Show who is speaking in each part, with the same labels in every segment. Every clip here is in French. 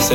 Speaker 1: C'est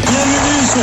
Speaker 2: Bienvenue sur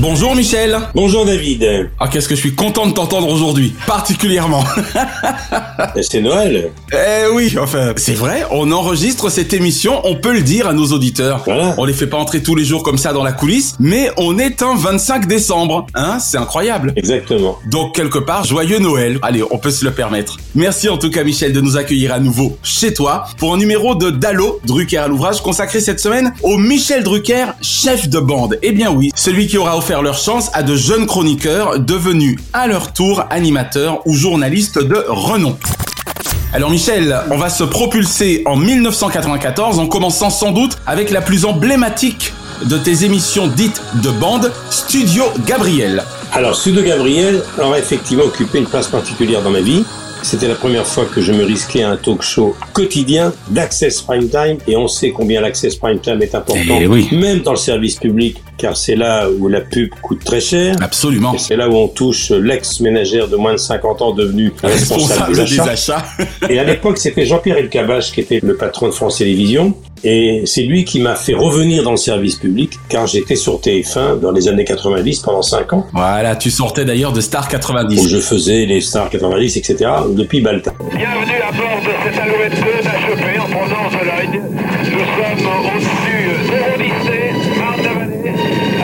Speaker 3: Bonjour Michel
Speaker 4: Bonjour David
Speaker 3: Ah qu'est-ce que je suis content de t'entendre aujourd'hui, particulièrement
Speaker 4: C'est Noël
Speaker 3: Eh oui, enfin, c'est vrai, on enregistre cette émission, on peut le dire à nos auditeurs.
Speaker 4: Voilà.
Speaker 3: On les fait pas entrer tous les jours comme ça dans la coulisse, mais on est un 25 décembre, hein, c'est incroyable
Speaker 4: Exactement.
Speaker 3: Donc quelque part, joyeux Noël. Allez, on peut se le permettre. Merci en tout cas Michel de nous accueillir à nouveau chez toi pour un numéro de Dallo, Drucker à l'ouvrage, consacré cette semaine au Michel Drucker, chef de bande. Eh bien oui, celui qui aura offert leur chance à de jeunes chroniqueurs devenus à leur tour animateurs ou journalistes de renom. Alors Michel, on va se propulser en 1994 en commençant sans doute avec la plus emblématique de tes émissions dites de bande, Studio Gabriel.
Speaker 4: Alors, Sudo Gabriel aurait effectivement occupé une place particulière dans ma vie. C'était la première fois que je me risquais à un talk show quotidien d'Access Prime Time et on sait combien l'Access Prime Time est important,
Speaker 3: Eh oui.
Speaker 4: même dans le service public, car c'est là où la pub coûte très cher.
Speaker 3: Ah Absolument.
Speaker 4: Et c'est là où on touche l'ex-ménagère de moins de 50 ans devenue responsable,
Speaker 3: responsable
Speaker 4: des achats.
Speaker 3: achats.
Speaker 4: Et à l'époque, c'était Jean-Pierre Elkabach qui était le patron de France Télévisions. Et c'est lui qui m'a fait revenir dans le service public, car j'étais sur TF1 dans les années 90 pendant 5 ans,
Speaker 3: Voilà, tu sortais d'ailleurs de Star
Speaker 4: où
Speaker 3: 90.
Speaker 4: je faisais les Stars 90, etc., depuis Balta.
Speaker 5: Bienvenue à bord de cette Alouette 2 d'HEP en provenance de Logne. Nous sommes au-dessus euh, 017, Marne-la-Vallée,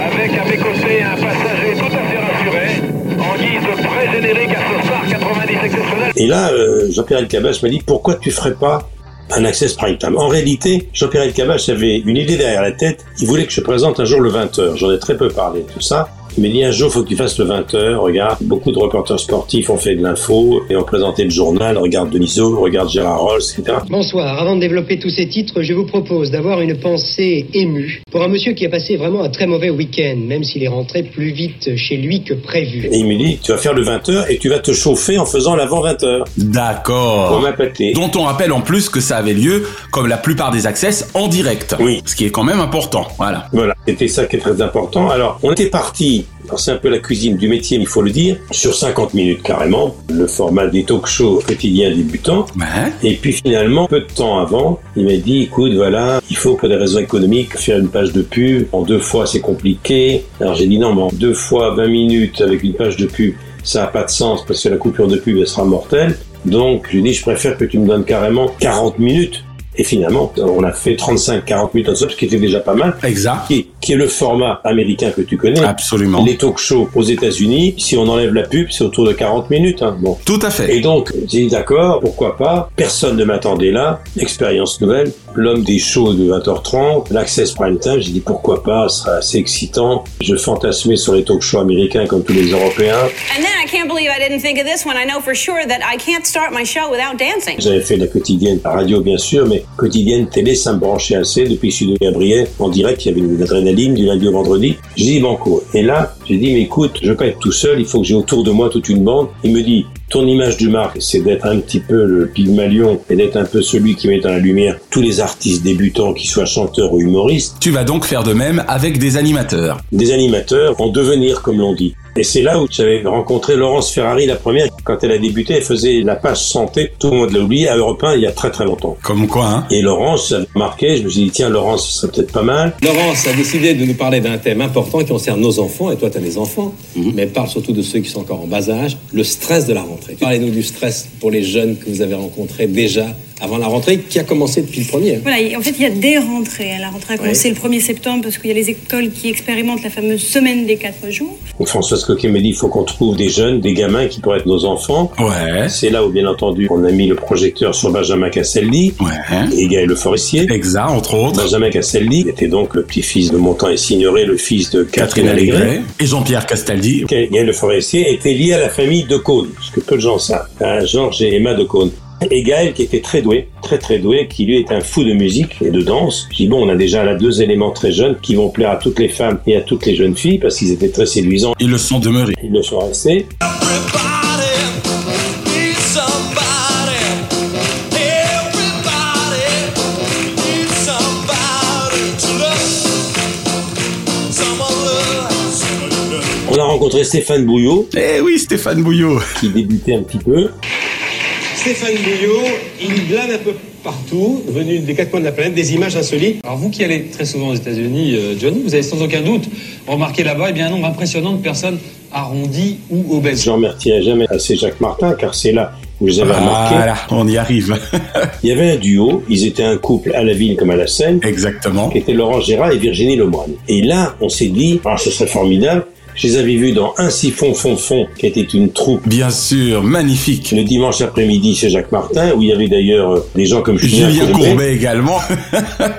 Speaker 5: avec à mes côtés un passager tout à fait rassuré, en guise de pré-générique à ce Star 90 exceptionnel.
Speaker 4: Et là, euh, Jean-Pierre Elkabach m'a dit pourquoi tu ferais pas un access prime time. En réalité, Jean-Pierre Elkabach avait une idée derrière la tête. Il voulait que je présente un jour le 20h. J'en ai très peu parlé de tout ça. Il m'a dit un jour, faut que tu fasses le 20h. Regarde, beaucoup de reporters sportifs ont fait de l'info et ont présenté le journal. Regarde Denisot, regarde Gérard Rolls, etc.
Speaker 6: Bonsoir. Avant de développer tous ces titres, je vous propose d'avoir une pensée émue pour un monsieur qui a passé vraiment un très mauvais week-end, même s'il est rentré plus vite chez lui que prévu.
Speaker 4: Et il me dit, tu vas faire le 20h et tu vas te chauffer en faisant l'avant 20h. Pour
Speaker 3: D'accord.
Speaker 4: m'appâter.
Speaker 3: Dont on rappelle en plus que ça avait lieu, comme la plupart des access, en direct.
Speaker 4: Oui.
Speaker 3: Ce qui est quand même important. Voilà.
Speaker 4: Voilà, c'était ça qui est très important. Alors, on était parti, alors c'est un peu la cuisine du métier, il faut le dire, sur 50 minutes carrément, le format des talk shows quotidiens débutants.
Speaker 3: Ouais.
Speaker 4: Et puis finalement, peu de temps avant, il m'a dit, écoute, voilà, il faut pour des raisons économiques faire une page de pub. En deux fois, c'est compliqué. Alors j'ai dit, non, mais en deux fois 20 minutes avec une page de pub, ça n'a pas de sens parce que la coupure de pub, elle sera mortelle. Donc, je lui ai dit, je préfère que tu me donnes carrément 40 minutes. Et finalement, on a fait 35-40 minutes en somme, ce qui était déjà pas mal
Speaker 3: Exact.
Speaker 4: qui, qui est le format américain que tu connais.
Speaker 3: Absolument.
Speaker 4: Les talk shows aux États-Unis, si on enlève la pub, c'est autour de 40 minutes. hein. Bon.
Speaker 3: Tout à fait.
Speaker 4: Et donc, j'ai dit d'accord, pourquoi pas, personne ne m'attendait là, expérience nouvelle, l'homme des shows de 20h30, l'access prime time, j'ai dit pourquoi pas, ce sera assez excitant, je fantasmais sur les talk shows américains comme tous les Européens,
Speaker 7: And then I can't believe I didn't think of this one. I know for sure that I can't start my show without dancing.
Speaker 4: j'avais fait de la quotidienne, la radio bien sûr, mais quotidienne, télé, ça me branchait assez, depuis Sud de Gabriel, en direct, il y avait une adrénaline du lundi au vendredi, j'ai dit banco, et là, J'ai dit, mais écoute, je veux pas être tout seul, il faut que j'ai autour de moi toute une bande. Il me dit, ton image de marque, c'est d'être un petit peu le pygmalion et d'être un peu celui qui met dans la lumière tous les artistes débutants, qu'ils soient chanteurs ou humoristes.
Speaker 3: Tu vas donc faire de même avec des animateurs.
Speaker 4: Des animateurs en devenir, comme l'on dit. Et c'est là où j'avais rencontré Laurence Ferrari la première. Quand elle a débuté, elle faisait la page santé. Tout le monde l'a oublié à Europe 1 il y a très très longtemps.
Speaker 3: Comme quoi, hein
Speaker 4: Et Laurence, ça m'a marqué. Je me suis dit, tiens, Laurence, ce serait peut-être pas mal.
Speaker 1: Laurence a décidé de nous parler d'un thème important qui concerne nos enfants, et toi, tu as des enfants, mais parle surtout de ceux qui sont encore en bas âge, le stress de la rentrée. Parlez-nous du stress pour les jeunes que vous avez rencontrés déjà avant la rentrée, qui a commencé depuis le premier.
Speaker 7: Voilà, et en fait, il y a des rentrées. La rentrée a commencé le 1er septembre parce qu'il y a les écoles qui expérimentent la fameuse semaine des 4 jours.
Speaker 4: Françoise Coquet me dit, il faut qu'on trouve des jeunes, des gamins qui pourraient être nos enfants.
Speaker 3: Ouais.
Speaker 4: C'est là où, bien entendu, on a mis le projecteur sur Benjamin Castaldi et Gaël Le Forestier.
Speaker 3: Exact, entre autres.
Speaker 4: Benjamin Castaldi était donc le petit-fils de Montand et Signoret, le fils de Catherine Allégret.
Speaker 3: Et Jean-Pierre Castaldi.
Speaker 4: Gaël Le Forestier était lié à la famille de Cône, ce que peu de gens savent, à Georges et Emma de Cône. Et Gaël, qui était très doué, très très doué, qui lui est un fou de musique et de danse, qui bon, on a déjà là deux éléments très jeunes qui vont plaire à toutes les femmes et à toutes les jeunes filles parce qu'ils étaient très séduisants.
Speaker 3: Ils le sont demeurés.
Speaker 4: Ils le sont restés. On a rencontré Stéphane Bouillot,
Speaker 3: Eh oui, Stéphane Bouillot.
Speaker 4: qui débutait un petit peu.
Speaker 1: Stéphane Bouillot, il glane un peu partout, venu des quatre coins de la planète, des images insolites.
Speaker 8: Alors vous qui allez très souvent aux États-Unis, euh, Johnny, vous avez sans aucun doute remarqué là-bas eh bien, un nombre impressionnant de personnes arrondies ou obèses.
Speaker 4: Je n'en remercierai jamais assez Jacques Martin, car c'est là où vous avez remarqué.
Speaker 3: Voilà, on y arrive.
Speaker 4: Il y avait un duo, ils étaient un couple à la ville comme à la scène,
Speaker 3: Exactement.
Speaker 4: qui étaient Laurent Gérard et Virginie Lemoine. Et là, on s'est dit, ah, ce serait formidable. Je les avais vus dans Un siphon fond fond, qui était une troupe.
Speaker 3: Bien sûr, magnifique.
Speaker 4: Le dimanche après-midi chez Jacques Martin, où il y avait d'ailleurs euh, des gens comme Julien,
Speaker 3: Julien
Speaker 4: Courbet,
Speaker 3: Courbet également.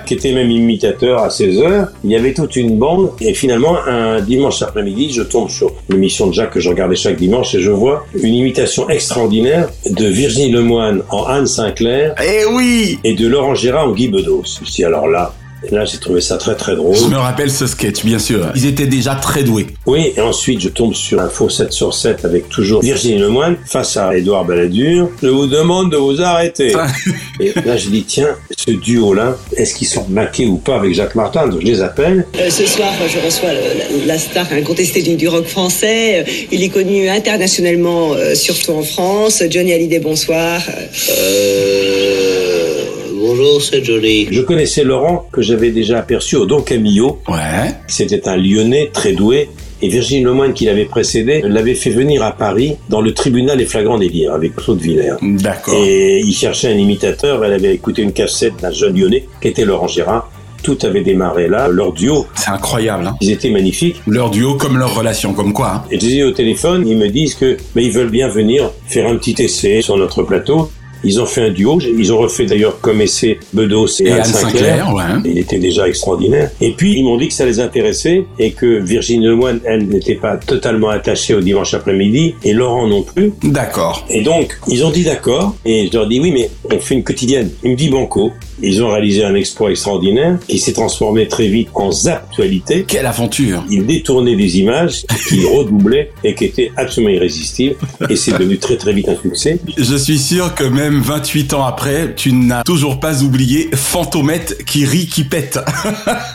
Speaker 4: qui était même imitateur à 16 heures. Il y avait toute une bande. Et finalement, un dimanche après-midi, je tombe sur l'émission de Jacques que je regardais chaque dimanche et je vois une imitation extraordinaire de Virginie Lemoine en Anne Sinclair
Speaker 3: Eh oui
Speaker 4: et de Laurent Gérard en Guy Bedos. Je me suis dit, alors là, là, j'ai trouvé ça très très drôle.
Speaker 3: Je me rappelle ce sketch, bien sûr. Ils étaient déjà très doués.
Speaker 4: Oui, et ensuite je tombe sur un faux 7 sur 7 avec toujours Virginie Lemoine face à Édouard Balladur. Je vous demande de vous arrêter. et là je dis tiens, ce duo-là, est-ce qu'ils sont maqués ou pas avec Jacques Martin Donc je les appelle.
Speaker 9: Euh, Ce soir, je reçois le- Euh, la, la star incontestée du, du rock français. Euh, Il est connu internationalement, euh, surtout en France. Johnny Hallyday, bonsoir.
Speaker 10: Bonjour, c'est Johnny.
Speaker 4: Je connaissais Laurent que j'avais déjà aperçu au Don Camillo.
Speaker 3: Ouais.
Speaker 4: C'était un Lyonnais très doué. Et Virginie Lemoine, qui l'avait précédé, l'avait fait venir à Paris dans le tribunal des flagrants délires avec Claude Villers.
Speaker 3: D'accord.
Speaker 4: Et il cherchait un imitateur. Elle avait écouté une cassette d'un jeune lyonnais qui était Laurent Gérard. Tout avait démarré là. Leur duo,
Speaker 3: C'est incroyable, hein.
Speaker 4: ils étaient magnifiques.
Speaker 3: Leur duo comme leur relation, comme quoi. hein.
Speaker 4: Et je disais au téléphone, ils me disent que mais ils veulent bien venir faire un petit essai sur notre plateau. Ils ont fait un duo. Ils ont refait d'ailleurs comme essai Bedos et,
Speaker 3: Et Anne Sinclair, ouais.
Speaker 4: Il était déjà extraordinaire. Et puis, ils m'ont dit que ça les intéressait et que Virginie Lemoine, elle, n'était pas totalement attachée au dimanche après-midi et Laurent non plus.
Speaker 3: D'accord.
Speaker 4: Et donc, ils ont dit d'accord, et je leur dis oui, mais on fait une quotidienne. Ils me disent banco. Ils ont réalisé un exploit extraordinaire qui s'est transformé très vite en actualité.
Speaker 3: Quelle aventure.
Speaker 4: Ils détournaient des images qu'ils redoublaient et qui étaient absolument irrésistibles. Et c'est devenu très très vite un succès.
Speaker 3: Je suis sûr que même 28 ans après, tu n'as toujours pas oublié Fantomette qui rit, qui pète.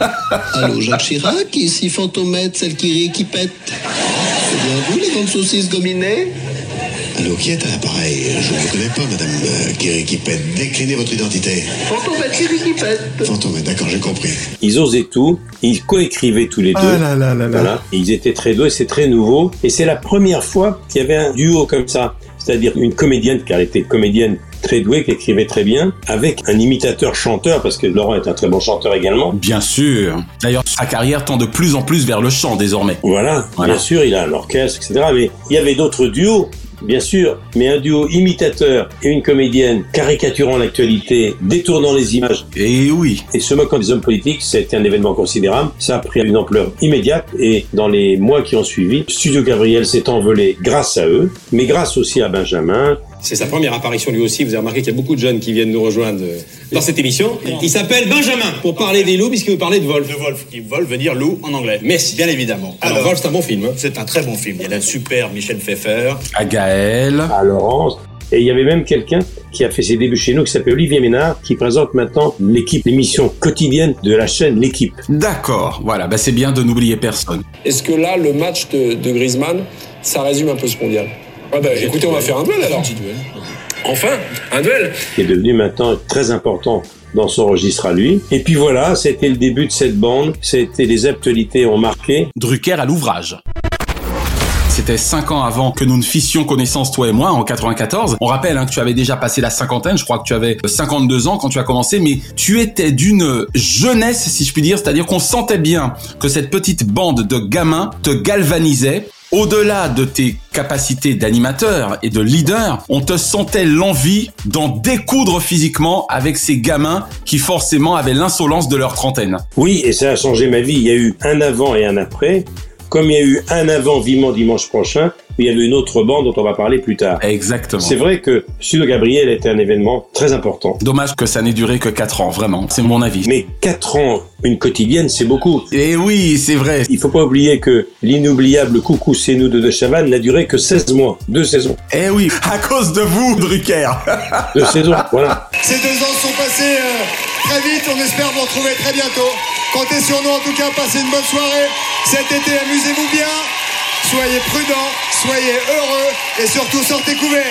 Speaker 10: Allô, Jacques Chirac, ici Fantomette, celle qui rit et qui pète. C'est bien vous, les grandes saucisses gominées Allô, qui est à l'appareil Je ne vous connais pas, madame euh, qui rit et qui pète. Déclinez votre identité.
Speaker 9: Fantomette qui rit, qui pète.
Speaker 10: Fantomette, d'accord, j'ai compris.
Speaker 4: Ils osaient tout, ils coécrivaient tous les deux.
Speaker 3: Ah là là là là.
Speaker 4: Voilà. Ils étaient très doués, c'est très nouveau. Et c'est la première fois qu'il y avait un duo comme ça. C'est-à-dire une comédienne, car elle était comédienne très douée, qui écrivait très bien, avec un imitateur chanteur, parce que Laurent est un très bon chanteur également.
Speaker 3: Bien sûr. D'ailleurs, sa carrière tend de plus en plus vers le chant désormais.
Speaker 4: Voilà,
Speaker 3: Voilà.
Speaker 4: bien sûr, il a un orchestre, etc. Mais il y avait d'autres duos, bien sûr, mais un duo imitateur et une comédienne caricaturant l'actualité, détournant les images
Speaker 3: Et Eh oui.
Speaker 4: et se moquant des hommes politiques, ça a été un événement considérable. Ça a pris une ampleur immédiate et dans les mois qui ont suivi, Studio Gabriel s'est envolé grâce à eux, mais grâce aussi à Benjamin,
Speaker 11: C'est sa première apparition lui aussi. Vous avez remarqué qu'il y a beaucoup de jeunes qui viennent nous rejoindre euh, dans cette émission. Il s'appelle Benjamin pour parler des loups puisqu'il veut parler de Wolf.
Speaker 12: De Wolf, qui veulent venir loup en anglais.
Speaker 11: Merci.
Speaker 12: Bien évidemment.
Speaker 11: Alors, Wolf, c'est un bon film. hein.
Speaker 12: C'est un très bon film. Il y a la super Michel Pfeffer.
Speaker 3: à Gaël,
Speaker 4: à Laurence. Et il y avait même quelqu'un qui a fait ses débuts chez nous, qui s'appelle Olivier Ménard, qui présente maintenant l'équipe, l'émission quotidienne de la chaîne L'équipe.
Speaker 3: D'accord, voilà, bah c'est bien de n'oublier personne.
Speaker 13: Est-ce que là, le match de, de Griezmann, ça résume un peu ce mondial Ouais, bah, écoutez, on va faire un duel alors. Enfin, un duel
Speaker 4: qui est devenu maintenant très important dans son registre à lui. Et puis voilà, c'était le début de cette bande, c'était les actualités ont marqué.
Speaker 3: Drucker à l'ouvrage. C'était 5 ans avant que nous ne fissions connaissance, toi et moi, en 94. On rappelle hein, que tu avais déjà passé la cinquantaine, je crois que tu avais 52 ans quand tu as commencé, mais tu étais d'une jeunesse, si je puis dire, c'est-à-dire qu'on sentait bien que cette petite bande de gamins te galvanisait. Au-delà de tes capacités d'animateur et de leader, on te sentait l'envie d'en découdre physiquement avec ces gamins qui forcément avaient l'insolence de leur trentaine.
Speaker 4: Oui, et ça a changé ma vie. Il y a eu un avant et un après. Comme il y a eu un avant vivement dimanche prochain, il y avait une autre bande dont on va parler plus tard.
Speaker 3: Exactement.
Speaker 4: C'est vrai que Studio Gabriel était un événement très important.
Speaker 3: Dommage que ça n'ait duré que 4 ans, vraiment, c'est mon avis.
Speaker 4: Mais 4 ans, une quotidienne, c'est beaucoup.
Speaker 3: Et oui, c'est vrai.
Speaker 4: Il faut pas oublier que l'inoubliable Coucou c'est nous de De Chavannes n'a duré que 16 mois, deux saisons.
Speaker 3: Eh oui, à cause de vous, Drucker
Speaker 4: Deux saisons, voilà.
Speaker 10: Ces deux ans sont passés euh, très vite, on espère vous retrouver très bientôt. Comptez sur nous en tout cas, passez une bonne soirée. Cet été, amusez-vous bien, soyez prudents, soyez heureux et surtout sortez couverts.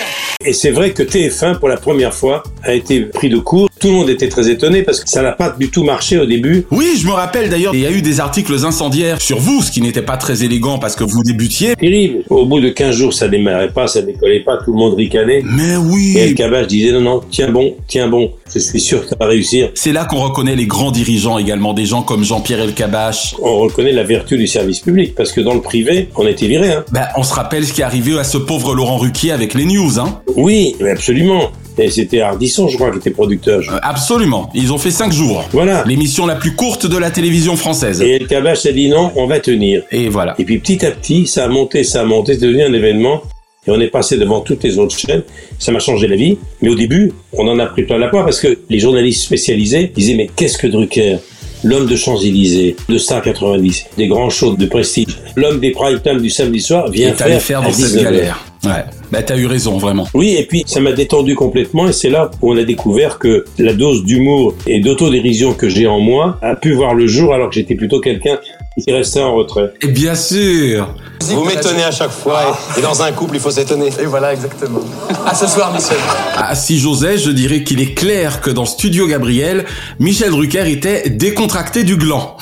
Speaker 4: Et c'est vrai que TF1, pour la première fois, a été pris de court. Tout le monde était très étonné parce que ça n'a pas du tout marché au début.
Speaker 3: Oui, je me rappelle d'ailleurs, il y a eu des articles incendiaires sur vous, ce qui n'était pas très élégant parce que vous débutiez.
Speaker 4: Terrible. Au bout de 15 jours, ça démarrait pas, ça décollait pas, tout le monde ricanait.
Speaker 3: Mais oui
Speaker 4: Et El Kabach disait non, non, tiens bon, tiens bon, je suis sûr que ça va réussir.
Speaker 3: C'est là qu'on reconnaît les grands dirigeants également, des gens comme Jean-Pierre Elkabach.
Speaker 4: On reconnaît la vertu du service public parce que dans le privé, on était viré. Hein.
Speaker 3: Bah, on se rappelle ce qui est arrivé à ce pauvre Laurent Ruquier avec les news, hein
Speaker 4: Oui, mais absolument. Et c'était Ardisson, je crois, qui était producteur. je-
Speaker 3: Euh, Absolument, ils ont fait 5 jours.
Speaker 4: Voilà.
Speaker 3: L'émission la plus courte de la télévision française.
Speaker 4: Et El Kabach a dit non, on va tenir.
Speaker 3: Et voilà.
Speaker 4: Et puis petit à petit, ça a monté, ça a monté, c'est devenu un événement. Et on est passé devant toutes les autres chaînes. Ça m'a changé la vie. Mais au début, on en a pris plein la poire parce que les journalistes spécialisés disaient mais qu'est-ce que Drucker L'homme de Champs-Élysées, de Star 90, des grands shows de prestige, l'homme des prime time du samedi soir vient
Speaker 3: Et t'allais
Speaker 4: faire,
Speaker 3: faire
Speaker 4: à
Speaker 3: dans cette
Speaker 4: 19 heures.
Speaker 3: galère. Ouais. Bah, t'as eu raison, vraiment.
Speaker 4: Oui, et puis ça m'a détendu complètement et c'est là où on a découvert que la dose d'humour et d'autodérision que j'ai en moi a pu voir le jour alors que j'étais plutôt quelqu'un qui restait en retrait.
Speaker 3: Et bien sûr
Speaker 14: Vous m'étonnez à chaque fois, et dans un couple, il faut s'étonner. Ah. Et voilà, exactement. À ce soir, Michel.
Speaker 3: Ah, si j'osais, je dirais qu'il est clair que dans Studio Gabriel, Michel Drucker était décontracté du gland.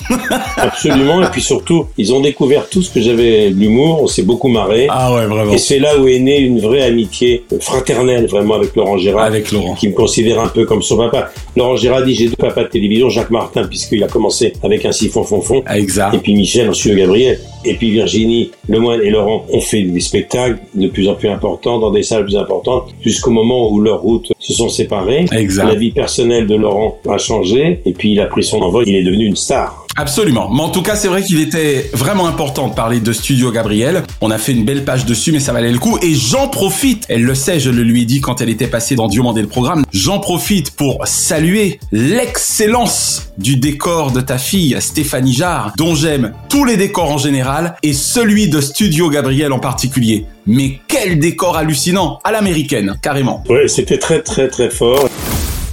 Speaker 4: Absolument, et puis surtout, ils ont découvert tout ce que j'avais de l'humour, on s'est beaucoup marré.
Speaker 3: Ah ouais, vraiment.
Speaker 4: Et c'est là où est née une vraie amitié fraternelle, vraiment, avec Laurent Gérard,
Speaker 3: Avec Laurent.
Speaker 4: qui me considère un peu comme son papa. Laurent Gérard dit, j'ai deux papas de télévision, Jacques Martin, puisqu'il a commencé avec un siphon fond fond,
Speaker 3: Ah, Exact.
Speaker 4: et puis Michel, ensuite Gabriel, et puis Virginie, Lemoine et Laurent ont fait des spectacles de plus en plus importants, dans des salles plus importantes, jusqu'au moment où leurs routes se sont séparées.
Speaker 3: Exact.
Speaker 4: La vie personnelle de Laurent a changé, et puis il a pris son envol, il est devenu une star.
Speaker 3: Absolument. Mais en tout cas, c'est vrai qu'il était vraiment important de parler de Studio Gabriel. On a fait une belle page dessus, mais ça valait le coup. Et j'en profite. Elle le sait, je le lui ai dit quand elle était passée dans Dieu mandé le programme. J'en profite pour saluer l'excellence du décor de ta fille, Stéphanie Jarre, dont j'aime tous les décors en général et celui de Studio Gabriel en particulier. Mais quel décor hallucinant! À l'américaine, carrément.
Speaker 4: Ouais, c'était très très très fort.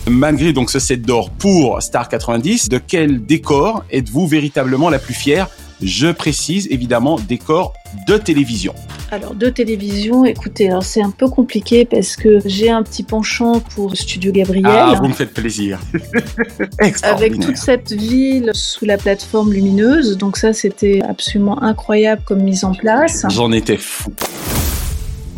Speaker 3: Malgré donc ce set d'or pour Star 90, de quel décor êtes-vous véritablement la plus fière Je précise évidemment décor de télévision.
Speaker 1: Alors, de télévision, écoutez, alors c'est un peu compliqué parce que j'ai un petit penchant pour Studio Gabriel.
Speaker 3: Ah, vous me faites plaisir.
Speaker 1: avec
Speaker 3: Extraordinaire.
Speaker 1: toute cette ville sous la plateforme lumineuse, donc ça c'était absolument incroyable comme mise en place.
Speaker 3: J'en étais fou.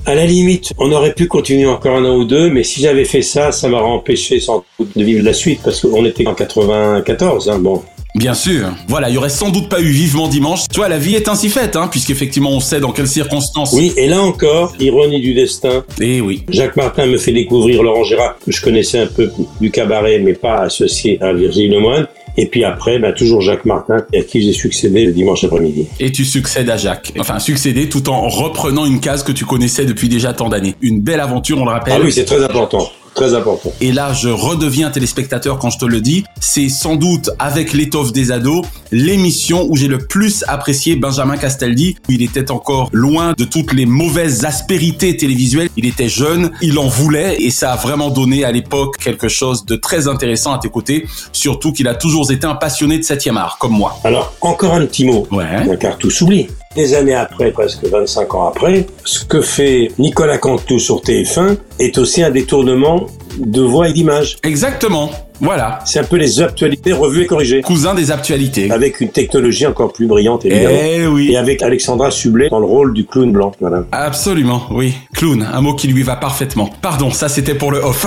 Speaker 4: À la limite, on aurait pu continuer encore un an ou deux, mais si j'avais fait ça, ça m'aurait empêché sans doute de vivre la suite parce qu'on était en 94. Hein, bon,
Speaker 3: Bien sûr. Voilà, il y aurait sans doute pas eu vivement dimanche. Tu vois, la vie est ainsi faite, hein, puisqu'effectivement on sait dans quelles circonstances.
Speaker 4: oui. Et là encore, ironie du destin.
Speaker 3: Eh oui.
Speaker 4: Jacques Martin me fait découvrir Laurent Gérard, que je connaissais un peu du cabaret, mais pas associé à Virginie Lemoine. Et puis après, ben, toujours Jacques Martin, à qui j'ai succédé le dimanche après-midi.
Speaker 3: Et tu succèdes à Jacques. Enfin, succéder tout en reprenant une case que tu connaissais depuis déjà tant d'années. Une belle aventure, on le rappelle.
Speaker 4: Ah oui, c'est très important. Très important.
Speaker 3: Et là, je redeviens téléspectateur quand je te le dis. C'est sans doute avec l'étoffe des ados, l'émission où j'ai le plus apprécié Benjamin Castaldi. où Il était encore loin de toutes les mauvaises aspérités télévisuelles. Il était jeune, il en voulait et ça a vraiment donné à l'époque quelque chose de très intéressant à tes côtés. Surtout qu'il a toujours été un passionné de 7e art, comme moi.
Speaker 4: Alors, encore un petit mot. Ouais. Car tout s'oublie. Hein Des années après, presque 25 ans après, ce que fait Nicolas Cantou sur TF1 est aussi un détournement de voix et d'image.
Speaker 3: Exactement. Voilà.
Speaker 4: C'est un peu les actualités revues et corrigées.
Speaker 3: Cousin des actualités.
Speaker 4: Avec une technologie encore plus brillante, Ah, évidemment.
Speaker 3: Eh oui.
Speaker 4: Et avec Alexandra Sublet dans le rôle du clown blanc. Voilà.
Speaker 3: Absolument, oui. Clown, un mot qui lui va parfaitement. Pardon, ça c'était pour le off.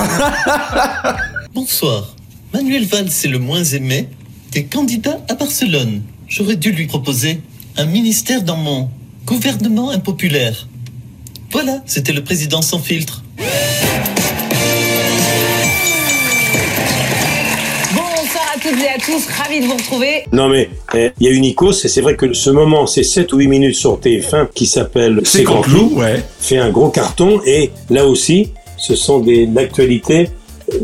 Speaker 10: Bonsoir. Manuel Valls est le moins aimé des candidats à Barcelone. J'aurais dû lui proposer un ministère dans mon gouvernement impopulaire. Voilà, c'était le président sans filtre.
Speaker 15: Bonsoir à toutes et à tous, ravi de vous retrouver.
Speaker 4: Non mais, eh, il y a une Nikos, et c'est vrai que ce moment, c'est 7 ou 8 minutes sur TF1 qui s'appelle
Speaker 3: C'est quand
Speaker 4: Clou,
Speaker 3: ouais.
Speaker 4: fait un gros carton, et là aussi, ce sont des actualités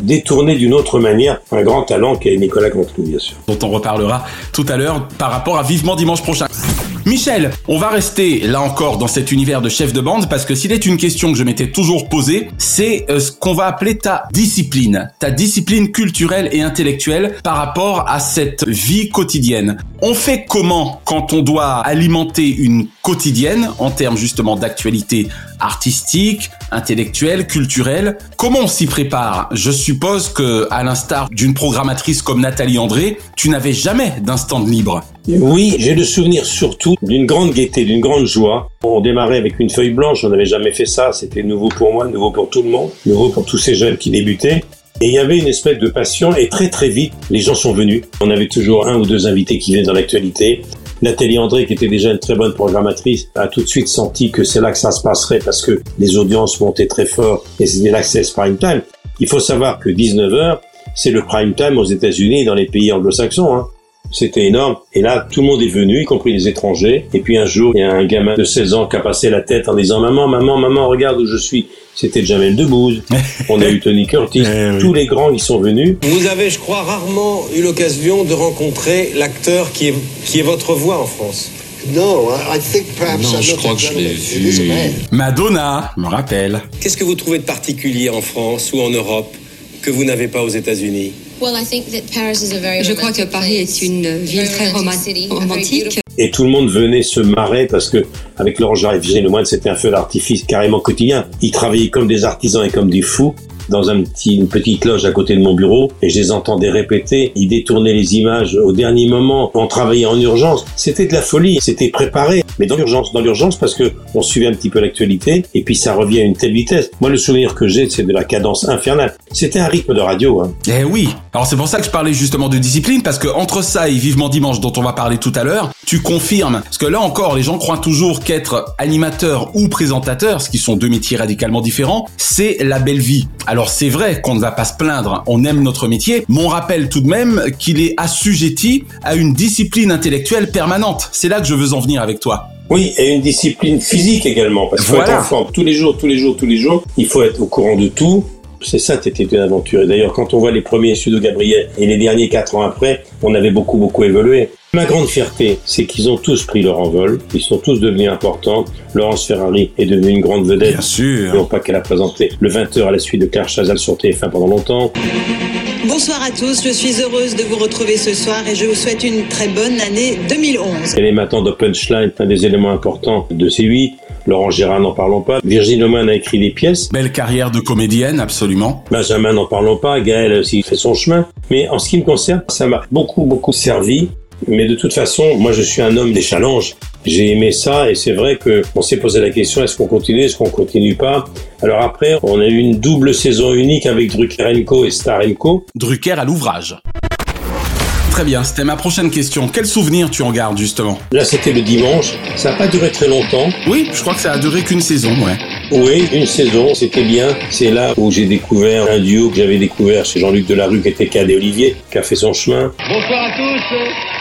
Speaker 4: détournées d'une autre manière. Un grand talent qui est Nicolas Cantelou, bien sûr.
Speaker 3: dont on reparlera tout à l'heure par rapport à Vivement Dimanche prochain. Michel, on va rester là encore dans cet univers de chef de bande parce que s'il est une question que je m'étais toujours posée, c'est euh, ce qu'on va appeler ta discipline, ta discipline culturelle et intellectuelle par rapport à cette vie quotidienne. On fait comment quand on doit alimenter une quotidienne en termes justement d'actualité artistique, intellectuelle, culturelle Comment on s'y prépare Je suppose que, à l'instar d'une programmatrice comme Nathalie André, tu n'avais jamais d'instant de libre.
Speaker 4: Oui, j'ai le souvenir surtout d'une grande gaieté, d'une grande joie. On démarrait avec une feuille blanche, on n'avait jamais fait ça, c'était nouveau pour moi, nouveau pour tout le monde, nouveau pour tous ces jeunes qui débutaient. Et il y avait une espèce de passion, et très très vite, les gens sont venus. On avait toujours un ou deux invités qui venaient dans l'actualité. Nathalie André, qui était déjà une très bonne programmatrice, a tout de suite senti que c'est là que ça se passerait parce que les audiences montaient très fort et c'était l'accès prime time. Il faut savoir que 19h, c'est le prime time aux États-Unis et dans les pays anglo-saxons. hein. C'était énorme. Et là, tout le monde est venu, y compris les étrangers. Et puis un jour, il y a un gamin de 16 ans qui a passé la tête en disant Maman, maman, maman, regarde où je suis. C'était Jamel Debbouze. On a eu Tony Curtis. Tous les grands, ils sont venus.
Speaker 1: Vous avez, je crois, rarement eu l'occasion de rencontrer l'acteur qui est, qui est votre voix en France.
Speaker 6: No, I I think perhaps
Speaker 1: Non,
Speaker 6: I'm
Speaker 1: je
Speaker 6: not
Speaker 1: crois que je
Speaker 6: a gentleman.
Speaker 1: l'ai
Speaker 6: It is a
Speaker 1: vu.
Speaker 6: man.
Speaker 3: Madonna, me rappelle.
Speaker 1: Qu'est-ce que vous trouvez de particulier en France ou en Europe que vous n'avez pas aux États-Unis
Speaker 7: Je crois que Paris est une ville très roman- romantique.
Speaker 4: Et tout le monde venait se marrer parce que, avec Laurent Jarre et Virginie Lemoine, c'était un feu d'artifice carrément quotidien. Ils travaillaient comme des artisans et comme des fous dans un petit, une petite loge à côté de mon bureau et je les entendais répéter. Ils détournaient les images au dernier moment. On travaillait en urgence. C'était de la folie. C'était préparé. Mais dans l'urgence, dans l'urgence parce que on suivait un petit peu l'actualité et puis ça revient à une telle vitesse. Moi, le souvenir que j'ai, c'est de la cadence infernale. C'était un rythme de radio, hein.
Speaker 3: Eh oui. Alors c'est pour ça que je parlais justement de discipline parce que entre ça et Vivement Dimanche dont on va parler tout à l'heure, tu confirmes parce que là encore les gens croient toujours qu'être animateur ou présentateur, ce qui sont deux métiers radicalement différents, c'est la belle vie. Alors c'est vrai qu'on ne va pas se plaindre, on aime notre métier, mais on rappelle tout de même qu'il est assujetti à une discipline intellectuelle permanente. C'est là que je veux en venir avec toi.
Speaker 4: Oui, et une discipline physique également, parce qu'il faut
Speaker 3: Voilà.
Speaker 4: être en forme tous les jours, tous les jours, tous les jours. Il faut être au courant de tout. C'est ça, t'étais une aventure. Et d'ailleurs, quand on voit les premiers pseudo Gabriel et les derniers quatre ans après, on avait beaucoup, beaucoup évolué. Ma grande fierté, c'est qu'ils ont tous pris leur envol. Ils sont tous devenus importants. Laurence Ferrari est devenue une grande vedette. Bien
Speaker 3: sûr.
Speaker 4: Non pas qu'elle a présenté le 20h à la suite de Claire Chazal sur TF1 pendant longtemps.
Speaker 5: Bonsoir à tous, je suis heureuse de vous retrouver ce soir et je vous souhaite une très bonne année 2011.
Speaker 4: Elle est maintenant de Punchline, un des éléments importants de C8. Laurent Gérard, n'en parlons pas. Virginie Lemoine a écrit des pièces.
Speaker 3: Belle carrière de comédienne, absolument.
Speaker 4: Benjamin, n'en parlons pas. Gaël aussi fait son chemin. Mais en ce qui me concerne, ça m'a beaucoup, beaucoup servi. Mais de toute façon, moi, je suis un homme des challenges. J'ai aimé ça et c'est vrai que on s'est posé la question est-ce qu'on continue, est-ce qu'on continue pas Alors après, on a eu une double saison unique avec Drucker Co et Star Co.
Speaker 3: Drucker à l'ouvrage. très bien. C'était ma prochaine question. Quel souvenir tu en gardes, justement
Speaker 4: Là, c'était le dimanche. Ça n'a pas duré très longtemps.
Speaker 3: Oui, je crois que ça a duré qu'une saison, ouais.
Speaker 4: Oui, une saison, c'était bien. C'est là où j'ai découvert un duo que j'avais découvert chez Jean-Luc Delarue, qui était Cadet Olivier, qui a fait son chemin.
Speaker 16: Bonsoir à tous.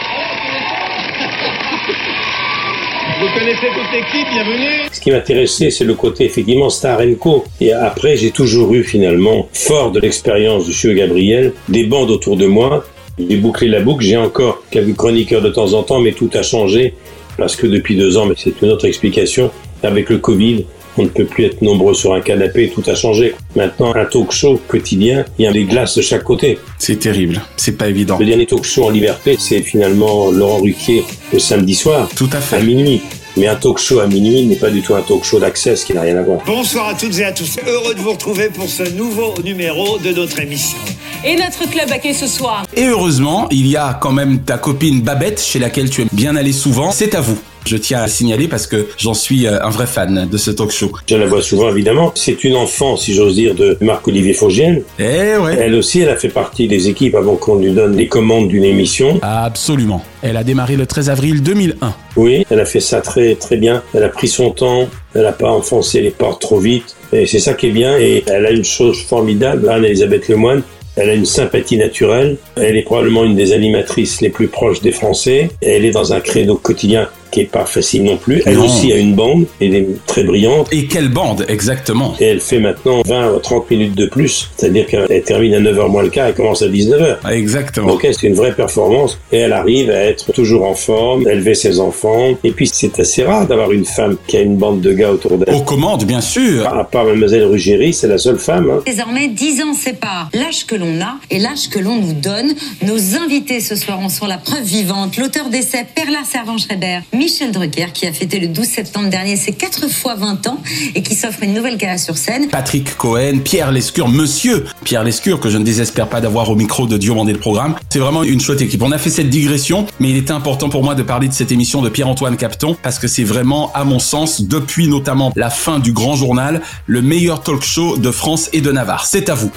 Speaker 16: Vous connaissez toute l'équipe, bienvenue.
Speaker 4: Ce qui m'intéressait, c'est le côté effectivement Star Co. Et après, j'ai toujours eu finalement, fort de l'expérience du Chieux Gabriel, des bandes autour de moi. J'ai bouclé la boucle, j'ai encore quelques chroniqueurs de temps en temps, mais tout a changé parce que depuis deux ans, mais c'est une autre explication, avec le Covid, on ne peut plus être nombreux sur un canapé, tout a changé. Maintenant, un talk show quotidien, il y a des glaces de chaque côté.
Speaker 3: C'est terrible, c'est pas évident.
Speaker 4: Le dernier talk show en liberté, c'est finalement Laurent Ruquier le samedi soir.
Speaker 3: Tout à fait.
Speaker 4: À minuit. Mais un talk show à minuit n'est pas du tout un talk show d'accès, ce qui n'a rien à voir.
Speaker 6: Bonsoir à toutes et à tous. Heureux de vous retrouver pour ce nouveau numéro de notre émission.
Speaker 17: Et notre club accueille ce soir.
Speaker 3: Et heureusement, il y a quand même ta copine Babette, chez laquelle tu es bien allé souvent. C'est à vous. Je tiens à signaler parce que j'en suis euh, un vrai fan de ce talk show.
Speaker 4: Je la vois souvent, évidemment. C'est une enfant, si j'ose dire, de Marc-Olivier Fogiel.
Speaker 3: Eh ouais.
Speaker 4: Elle aussi, elle a fait partie des équipes avant qu'on lui donne les commandes d'une émission.
Speaker 3: Absolument. Elle a démarré le 13 avril 2001.
Speaker 4: Oui, elle a fait ça très, très bien. Elle a pris son temps. Elle n'a pas enfoncé les portes trop vite. Et c'est ça qui est bien. Et elle a une chose formidable, Anne-Elisabeth Lemoine. Elle a une sympathie naturelle. Elle est probablement une des animatrices les plus proches des Français. Elle est dans un credo quotidien qui est pas facile non plus. Elle
Speaker 3: Non.
Speaker 4: aussi a une bande, elle est très brillante.
Speaker 3: Et quelle bande, exactement
Speaker 4: Et elle fait maintenant 20 ou 30 minutes de plus. C'est-à-dire qu'elle termine à 9h moins le quart et commence à 19h.
Speaker 3: Exactement.
Speaker 4: Donc elle, c'est une vraie performance. Et elle arrive à être toujours en forme, à élever ses enfants. Et puis c'est assez rare d'avoir une femme qui a une bande de gars autour d'elle.
Speaker 3: Aux commandes, bien sûr.
Speaker 4: À part Mademoiselle Ruggieri, c'est la seule femme. hein.
Speaker 7: Désormais, 10 ans séparent l'âge que l'on a et l'âge que l'on nous donne. Nos invités ce soir en sont la preuve vivante. L'auteur d'essai Perla Servan-Schreiber, Michel Drucker, qui a fêté le 12 septembre dernier ses 4 fois 20 ans et qui s'offre une nouvelle gala sur scène.
Speaker 3: Patrick Cohen, Pierre Lescure, monsieur Pierre Lescure, que je ne désespère pas d'avoir au micro de Diomandé le programme. C'est vraiment une chouette équipe. On a fait cette digression, mais il était important pour moi de parler de cette émission de Pierre-Antoine Capton, parce que c'est vraiment, à mon sens, depuis notamment la fin du grand journal, le meilleur talk show de France et de Navarre. C'est à vous.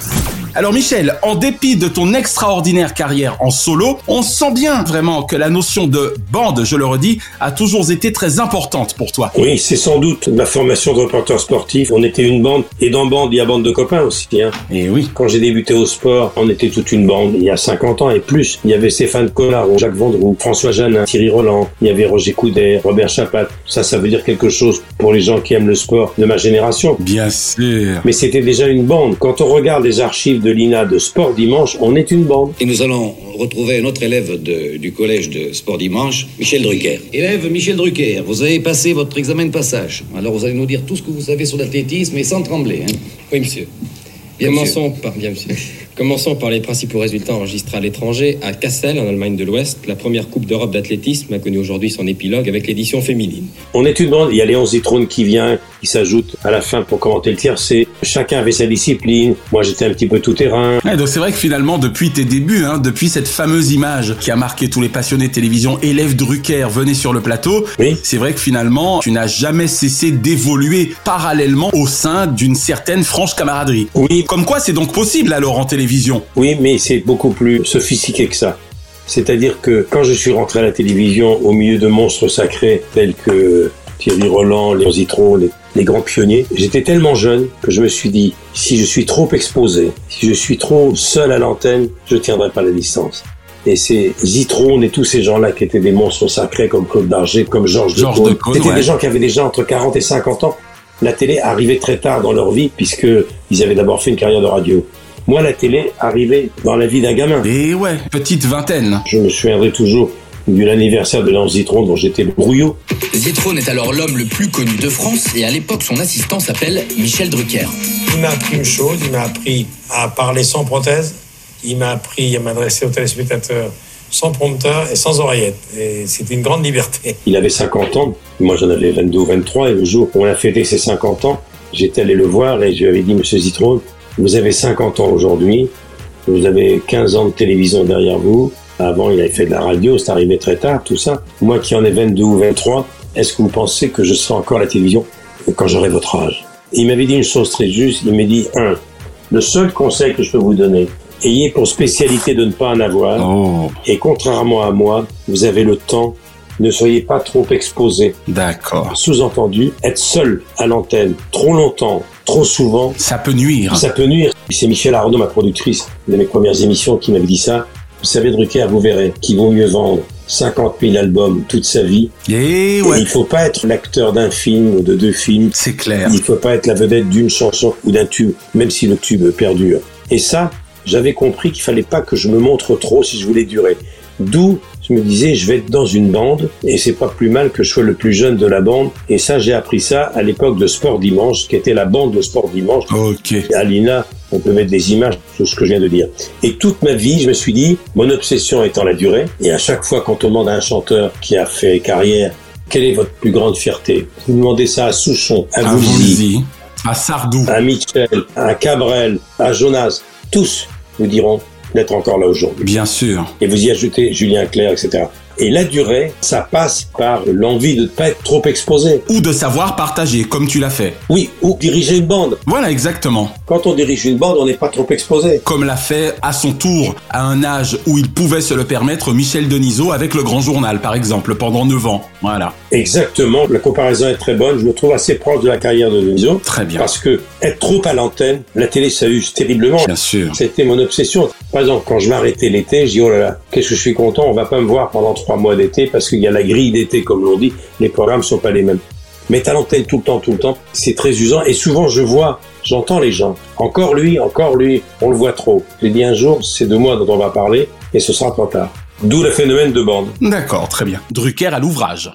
Speaker 3: Alors Michel, en dépit de ton extraordinaire carrière en solo, on sent bien vraiment que la notion de bande, je le redis, a toujours été très importante pour toi.
Speaker 4: Oui, c'est sans doute ma formation de reporter sportif. On était une bande, et dans bande, il y a bande de copains aussi. Hein.
Speaker 3: Et oui.
Speaker 4: Quand j'ai débuté au sport, on était toute une bande, il y a 50 ans et plus. Il y avait Stéphane Collard, Jacques Vendroux, François Jeannin, Thierry Roland, il y avait Roger Coudet, Robert Chapat. Ça, ça veut dire quelque chose pour les gens qui aiment le sport de ma génération.
Speaker 3: Bien sûr.
Speaker 4: Mais c'était déjà une bande. Quand on regarde les archives de l'INA de Sport Dimanche, on est une bande.
Speaker 10: Et nous allons retrouver notre élève de- du collège de Sport Dimanche, Michel Drucker. Élève Michel Drucker, vous avez passé votre examen de passage. Alors vous allez nous dire tout ce que vous savez sur l'athlétisme et sans trembler. hein.
Speaker 1: Oui, monsieur.
Speaker 10: Bien,
Speaker 1: Commençons par bien, monsieur. Commençons par les principaux résultats enregistrés à l'étranger. À Kassel, en Allemagne de l'Ouest, la première Coupe d'Europe d'athlétisme a connu aujourd'hui son épilogue avec l'édition féminine.
Speaker 4: On est une bande. Il y a Léon Zitrone qui vient, qui s'ajoute à la fin pour commenter le tiercé. Chacun avait sa discipline. Moi, j'étais un petit peu tout terrain.
Speaker 3: Ouais, donc c'est vrai que finalement, depuis tes débuts, hein, depuis cette fameuse image qui a marqué tous les passionnés de télévision, élève Drucker, venez sur le plateau, c'est vrai que finalement, tu n'as jamais cessé d'évoluer parallèlement au sein d'une certaine franche camaraderie.
Speaker 4: Oui.
Speaker 3: Comme quoi, c'est donc possible alors en télévision.
Speaker 4: Oui, mais c'est beaucoup plus sophistiqué que ça. C'est-à-dire que quand je suis rentré à la télévision au milieu de monstres sacrés tels que Thierry Roland, Léon Zitron, les, les grands pionniers, j'étais tellement jeune que je me suis dit, si je suis trop exposé, si je suis trop seul à l'antenne, je tiendrai pas la distance. Et c'est Zitron et tous ces gens-là qui étaient des monstres sacrés comme Claude Darger, comme Georges
Speaker 3: Georges
Speaker 4: Decaune.
Speaker 3: Decaune,
Speaker 4: C'était
Speaker 3: ouais.
Speaker 4: des gens qui avaient déjà entre 40 et 50 ans. La télé arrivait très tard dans leur vie puisque ils avaient d'abord fait une carrière de radio. Moi, la télé arrivait dans la vie d'un gamin.
Speaker 3: Et Eh ouais, petite vingtaine.
Speaker 4: Je me souviendrai toujours de l'anniversaire de Léon Zitron dont j'étais le brouillot.
Speaker 10: Zitrone est alors l'homme le plus connu de France et à l'époque son assistant s'appelle Michel Drucker.
Speaker 6: Il m'a appris une chose, il m'a appris à parler sans prothèse, il m'a appris à m'adresser aux téléspectateurs sans prompteur et sans oreillette. Et c'était une grande liberté.
Speaker 4: Il avait 50 ans, moi j'en avais 22 ou 23, et le jour où on a fêté ses 50 ans, j'étais allé le voir et je lui avais dit, Monsieur Zitron, vous avez 50 ans aujourd'hui, vous avez 15 ans de télévision derrière vous, avant il avait fait de la radio, c'est arrivé très tard, tout ça. Moi qui en ai 22 ou 23, est-ce que vous pensez que je serai encore à la télévision quand j'aurai votre âge Il m'avait dit une chose très juste, il m'a dit, un, le seul conseil que je peux vous donner,
Speaker 1: Ayez pour spécialité de ne pas en avoir. Et contrairement à moi, vous avez le temps. Ne soyez pas trop exposé.
Speaker 3: D'accord.
Speaker 1: Sous-entendu, être seul à l'antenne trop longtemps, trop souvent.
Speaker 3: Ça peut nuire.
Speaker 1: Ça peut nuire. C'est Michel Arnaud, ma productrice, de mes premières émissions, qui m'avait dit ça. Vous savez, Drucker, vous verrez, qui vaut mieux vendre 50 000 albums toute sa vie.
Speaker 3: Et
Speaker 1: il faut pas être l'acteur d'un film ou de deux films.
Speaker 3: Eh C'est clair.
Speaker 1: Il faut pas être la vedette d'une chanson ou d'un tube, même si le tube perdure. Et ça, j'avais compris qu'il fallait pas que je me montre trop si je voulais durer. D'où je me disais, je vais être dans une bande et c'est pas plus mal que je sois le plus jeune de la bande. Et ça, j'ai appris ça à l'époque de Sport Dimanche, qui était la bande de Sport Dimanche.
Speaker 3: Ok.
Speaker 1: Alina, on peut mettre des images sur ce que je viens de dire. Et toute ma vie, je me suis dit, mon obsession étant la durée. Et à chaque fois, quand on demande à un chanteur qui a fait carrière, quelle est votre plus grande fierté Vous demandez ça à Souchon, à,
Speaker 3: À
Speaker 1: Voulzy,
Speaker 3: Voulzy, à Sardou.
Speaker 1: à Mitchell, à Cabrel, à Jonas, tous vous diront d'être encore là aujourd'hui.
Speaker 3: Bien sûr.
Speaker 1: Et vous y ajoutez Julien Clerc, etc. Et la durée, ça passe par l'envie de ne pas être trop exposé.
Speaker 3: Ou de savoir partager, comme tu l'as fait.
Speaker 1: Oui, ou diriger une bande.
Speaker 3: Voilà, exactement.
Speaker 1: Quand on dirige une bande, on n'est pas trop exposé.
Speaker 3: Comme l'a fait, à son tour, à un âge où il pouvait se le permettre, Michel Denisot avec Le Grand Journal, par exemple, pendant 9 ans. Voilà.
Speaker 1: Exactement, la comparaison est très bonne. Je me trouve assez proche de la carrière de Denisot.
Speaker 3: Très bien.
Speaker 1: Parce que être trop à l'antenne, la télé, ça use terriblement.
Speaker 3: Bien sûr.
Speaker 1: C'était mon obsession. Par exemple, quand je m'arrêtais l'été, je dis, oh là là, qu'est-ce que je suis content, on va pas me voir pendant trois mois d'été parce qu'il y a la grille d'été, comme l'on dit, les programmes sont pas les mêmes. Mais à l'antenne tout le temps, tout le temps, c'est très usant. Et souvent, je vois, j'entends les gens. Encore lui, encore lui, on le voit trop. J'ai dit un jour, c'est de moi dont on va parler et ce sera trop tard. D'où le phénomène de bande.
Speaker 3: D'accord, très bien. Drucker à l'ouvrage.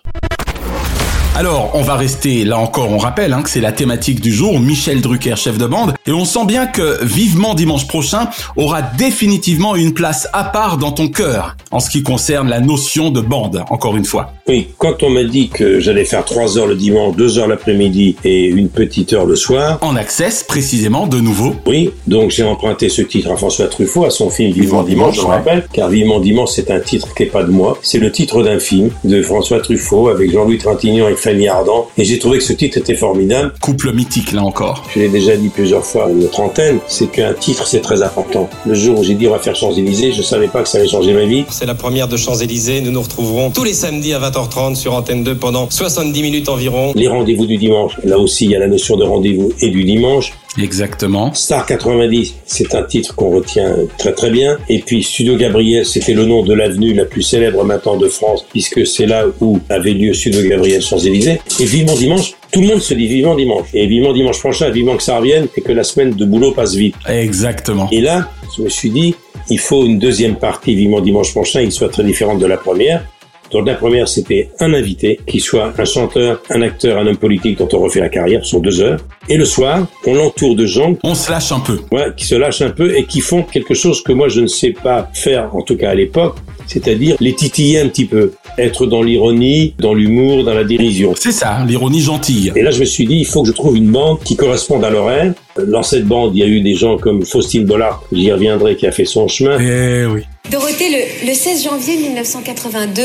Speaker 3: Alors, on va rester, là encore, on rappelle hein, que c'est la thématique du jour, Michel Drucker, chef de bande, et on sent bien que Vivement Dimanche prochain aura définitivement une place à part dans ton cœur, en ce qui concerne la notion de bande, encore une fois.
Speaker 1: Oui, quand on m'a dit que j'allais faire trois heures le dimanche, deux heures l'après-midi et une petite heure le soir.
Speaker 3: En access, précisément, de nouveau.
Speaker 1: Oui, donc j'ai emprunté ce titre à François Truffaut, à son film Vivant Dimanche, je le
Speaker 3: ouais.
Speaker 1: rappelle, car Vivant Dimanche, c'est un titre qui n'est pas de moi. C'est le titre d'un film de François Truffaut avec Jean-Louis Trintignant et Fanny Ardant, et j'ai trouvé que ce titre était formidable.
Speaker 3: Couple mythique, là encore.
Speaker 1: Je l'ai déjà dit plusieurs fois à notre antenne, c'est qu'un titre, c'est très important. Le jour où j'ai dit on va faire Champs-Élysées, je savais pas que ça allait changer ma vie.
Speaker 5: C'est la première de Champs-Élysées. Nous nous retrouverons tous les samedis à 20h30 sur Antenne 2 pendant 70 minutes environ.
Speaker 1: Les rendez-vous du dimanche, là aussi, il y a la notion de rendez-vous et du dimanche.
Speaker 3: Exactement.
Speaker 1: Star 90, c'est un titre qu'on retient très très bien. Et puis Studio Gabriel, c'était le nom de l'avenue la plus célèbre maintenant de France, puisque c'est là où avait lieu Studio Gabriel Champs-Élysées. Et vivement dimanche, tout le monde se dit vivement dimanche. Et vivement dimanche prochain, vivement que ça revienne et que la semaine de boulot passe vite.
Speaker 3: Exactement.
Speaker 1: Et là, je me suis dit, il faut une deuxième partie vivement dimanche prochain, qui soit très différente de la première. Donc la première, c'était un invité, qui soit un chanteur, un acteur, un homme politique dont on refait la carrière, ce sont deux heures. Et le soir, on l'entoure de gens
Speaker 3: On se lâche un peu.
Speaker 1: voilà, qui se lâchent un peu et qui font quelque chose que moi je ne sais pas faire, en tout cas à l'époque, c'est-à-dire les titiller un petit peu, être dans l'ironie, dans l'humour, dans la dérision.
Speaker 3: C'est ça, hein, l'ironie gentille.
Speaker 1: Et là, je me suis dit, il faut que je trouve une bande qui corresponde à l'horaire. Dans cette bande, il y a eu des gens comme Faustine Bollard, j'y reviendrai, qui a fait son chemin.
Speaker 3: Eh oui.
Speaker 7: Dorothée, le, le 16 janvier 1982,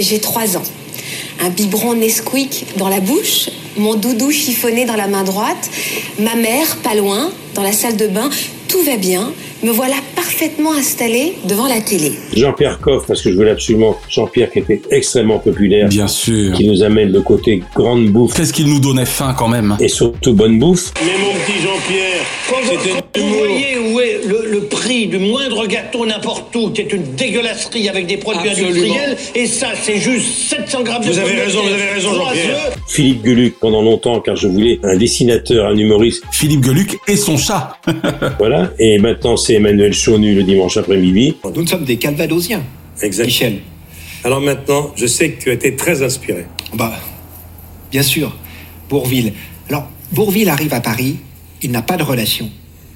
Speaker 7: j'ai 3 ans. Un biberon Nesquik dans la bouche, mon doudou chiffonné dans la main droite, ma mère pas loin, dans la salle de bain, tout va bien, me voilà parfaitement installée devant la télé.
Speaker 1: Jean-Pierre Coff, parce que je voulais absolument Jean-Pierre qui était extrêmement populaire,
Speaker 3: Bien sûr.
Speaker 1: qui nous amène le côté grande bouffe
Speaker 3: Qu'est-ce qu'il nous donnait faim quand même hein?
Speaker 1: et surtout bonne bouffe.
Speaker 6: Mais mon petit Jean-Pierre, c'était
Speaker 18: Vous voyez où est le, le prix du moindre gâteau n'importe où, qui est une dégueulasserie avec des produits
Speaker 6: Absolument.
Speaker 18: industriels, et ça, c'est juste 700 grammes de
Speaker 6: Vous avez
Speaker 18: pommes de
Speaker 6: raison,
Speaker 18: terre,
Speaker 6: vous avez raison,
Speaker 18: trois
Speaker 6: Jean-Pierre.
Speaker 18: œufs.
Speaker 1: Philippe Geluc pendant longtemps, car je voulais un dessinateur, un humoriste.
Speaker 3: Philippe Geluc et son chat.
Speaker 1: Voilà. Et maintenant, c'est Emmanuel Chaunu le dimanche après-midi.
Speaker 5: Nous ne sommes des Calvadosiens.
Speaker 6: Exact.
Speaker 5: Michel.
Speaker 6: Alors maintenant, je sais que tu as été très inspiré.
Speaker 10: Ah
Speaker 5: Bah, bien sûr, Bourville. Alors, Bourville arrive à Paris, il n'a pas de relation.